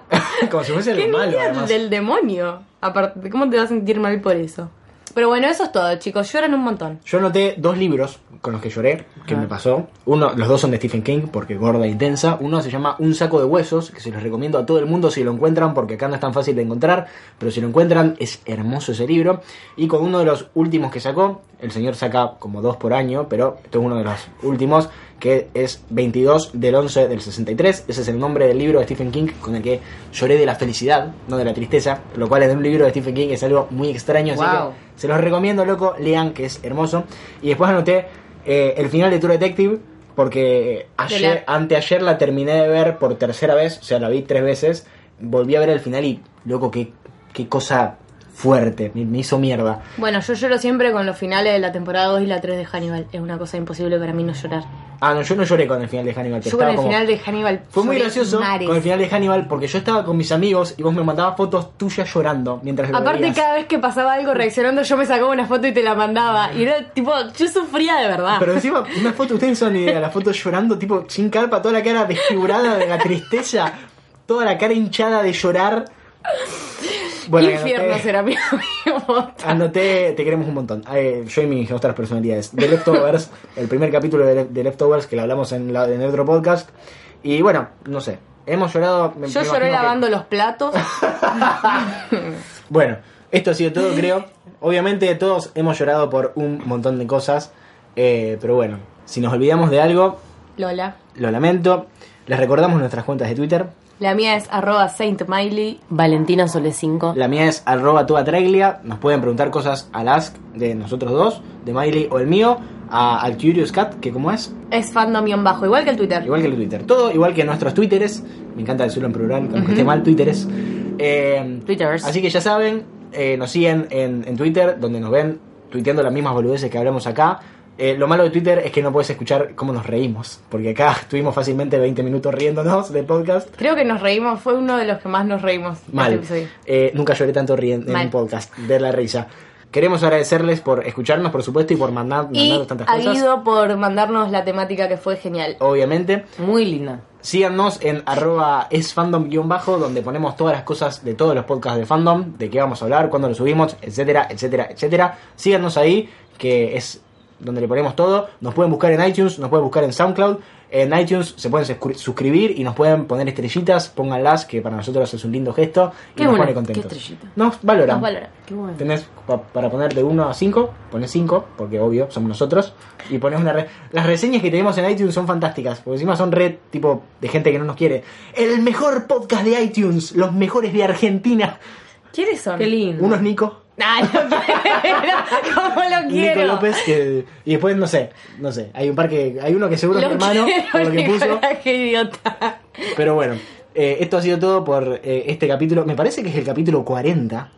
B: Como si fuese
A: ¿Qué
B: algo malo,
A: niña
B: además.
A: del demonio? Aparte, ¿cómo te vas a sentir mal por eso? Pero bueno, eso es todo, chicos. Lloran un montón.
B: Yo noté dos libros con los que lloré, que me pasó. Uno, los dos son de Stephen King, porque gorda e intensa. Uno se llama Un saco de huesos, que se los recomiendo a todo el mundo si lo encuentran, porque acá no es tan fácil de encontrar, pero si lo encuentran es hermoso ese libro. Y con uno de los últimos que sacó, el señor saca como dos por año, pero este es uno de los últimos, que es 22 del 11 del 63. Ese es el nombre del libro de Stephen King con el que lloré de la felicidad, no de la tristeza, lo cual en un libro de Stephen King es algo muy extraño. Así
C: Wow.
B: que se los recomiendo, loco, lean, que es hermoso. Y después anoté eh, el final de True Detective, porque ayer, anteayer la terminé de ver por tercera vez, o sea, la vi tres veces, volví a ver el final y, loco, qué, qué cosa fuerte, me, me hizo mierda.
A: Bueno, yo lloro siempre con los finales de la temporada 2 y la 3 de Hannibal. Es una cosa imposible para mí no llorar.
B: Ah, no, yo no lloré con el final de Hannibal, pero
A: Yo con
B: estaba
A: el
B: como-
A: final de Hannibal.
B: Fue muy
A: lloré
B: gracioso
A: mares.
B: con el final de Hannibal porque yo estaba con mis amigos y vos me mandabas fotos tuyas llorando mientras lo
A: Aparte,
B: veías.
A: cada vez que pasaba algo reaccionando, yo me sacaba una foto y te la mandaba. Y era tipo, yo sufría de verdad.
B: Pero encima, una foto, ustedes no son ni idea, la foto llorando, tipo, sin carpa, toda la cara desfigurada de la tristeza, toda la cara hinchada de llorar. Bueno, eh.
A: Infierno
B: anoté,
A: será mi amigo.
B: anoté, te queremos un montón. Eh, yo y mis otras personalidades. The Leftovers, el primer capítulo de, de Leftovers que lo hablamos en, la- en el otro podcast. Y bueno, no sé, hemos llorado. me-
A: Yo
B: me
A: lloré
B: imagino que-
A: lavando los platos.
B: Bueno, esto ha sido todo, creo. Obviamente todos hemos llorado por un montón de cosas, eh, pero bueno, si nos olvidamos de algo,
A: Lola.
B: lo lamento. Les recordamos nuestras cuentas de Twitter.
A: La mía es arroba Saint Miley.
C: Valentina Sole 5.
B: La mía es arroba tuatraglia. Nos pueden preguntar cosas al ask de nosotros dos, de Miley o el mío, a, al Curious Cat, que como es,
A: Es fandom-bajo, igual que el Twitter.
B: igual que el Twitter. Todo igual que nuestros Twitteres. Me encanta decirlo en plural, aunque esté mal, Twitteres. Eh,
C: Twitters.
B: Así que ya saben, eh, nos siguen en, en Twitter, donde nos ven tuiteando las mismas boludeces que hablamos acá. Eh, lo malo de Twitter es que no puedes escuchar cómo nos reímos, porque acá estuvimos fácilmente 20 minutos riéndonos del podcast.
A: Creo que nos reímos, fue uno de los que más nos reímos. este
B: Mal.
A: episodio.
B: Eh, nunca lloré tanto riendo en
A: Mal.
B: un podcast, de la risa. Queremos agradecerles por escucharnos, por supuesto, y por mandar,
A: Y
B: mandarnos tantas
A: a
B: cosas.
A: Guido por mandarnos la temática que fue genial.
B: Obviamente.
C: Muy linda.
B: Síganos en arroba esfandom-bajo, donde ponemos todas las cosas de todos los podcasts de fandom, de qué vamos a hablar, cuándo lo subimos, etcétera, etcétera, etcétera. Síganos ahí, que es donde le ponemos todo. Nos pueden buscar en iTunes, nos pueden buscar en SoundCloud. En iTunes se pueden suscri- suscribir y nos pueden poner estrellitas, pónganlas, que para nosotros es un lindo gesto y
C: Qué
B: nos
C: bueno,
B: pone contentos.
C: qué estrellita.
B: Nos valoran.
A: Nos valora.
C: Qué bueno.
B: Tenés pa- para poner de 1 a 5, pones 5, porque obvio, somos nosotros. Y pones una re- Las reseñas que tenemos en iTunes son fantásticas, porque encima son red tipo de gente que no nos quiere. El mejor podcast de iTunes, los mejores de Argentina.
E: ¿Quiénes son?
C: Qué lindo.
B: Uno es Nico.
E: Ah, lo quiero. ¿Cómo lo quiero?
B: Nico López, que, y después no sé, no sé, hay un par que, hay uno que seguro es
E: Lo
B: mi hermano,
E: quiero,
B: por lo que puso,
E: Nicolás, qué idiota.
B: pero bueno, eh, esto ha sido todo por eh, este capítulo, me parece que es el capítulo 40,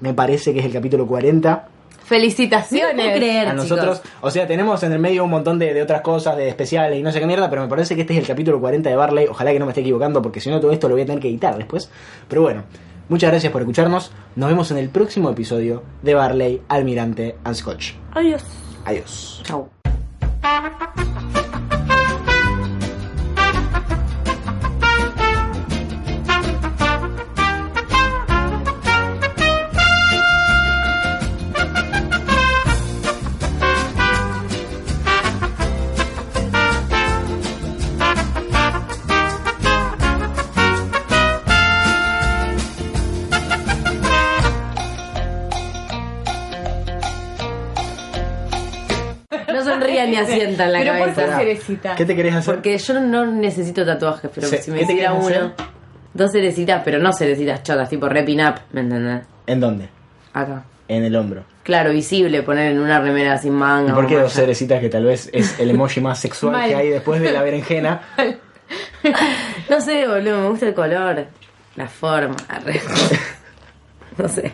B: me parece que es el capítulo 40
E: Felicitaciones.
C: No puedo creer,
B: a nosotros, o sea, tenemos en el medio un montón de, de otras cosas, de especiales y no sé qué mierda, pero me parece que este es el capítulo 40 de Barley, ojalá que no me esté equivocando, porque si no todo esto lo voy a tener que editar después, pero bueno. Muchas gracias por escucharnos. Nos vemos en el próximo episodio de Barley, Almirante and Scotch.
E: Adiós.
B: Adiós.
C: chicos. Chau. No sonrían ni asientan la
E: Pero por
C: cabeza.
E: favor, cerecita.
B: ¿Qué te querés hacer?
C: Porque yo no necesito tatuajes, pero
B: Sí,
C: si me
B: ¿qué te
C: hiciera uno.
B: quieres hacer?
C: Dos cerecitas, pero no cerecitas chotas, tipo repin up, ¿me entendés?
B: ¿En dónde?
C: Acá.
B: En el hombro.
C: Claro, visible, poner en una remera sin
B: ¿Y
C: manga.
B: por
C: o
B: qué dos
C: malla.
B: cerecitas que tal vez es el emoji más sexual
E: Mal.
B: que hay después de la berenjena?
C: No sé, boludo, me gusta el color, la forma. arre. no sé.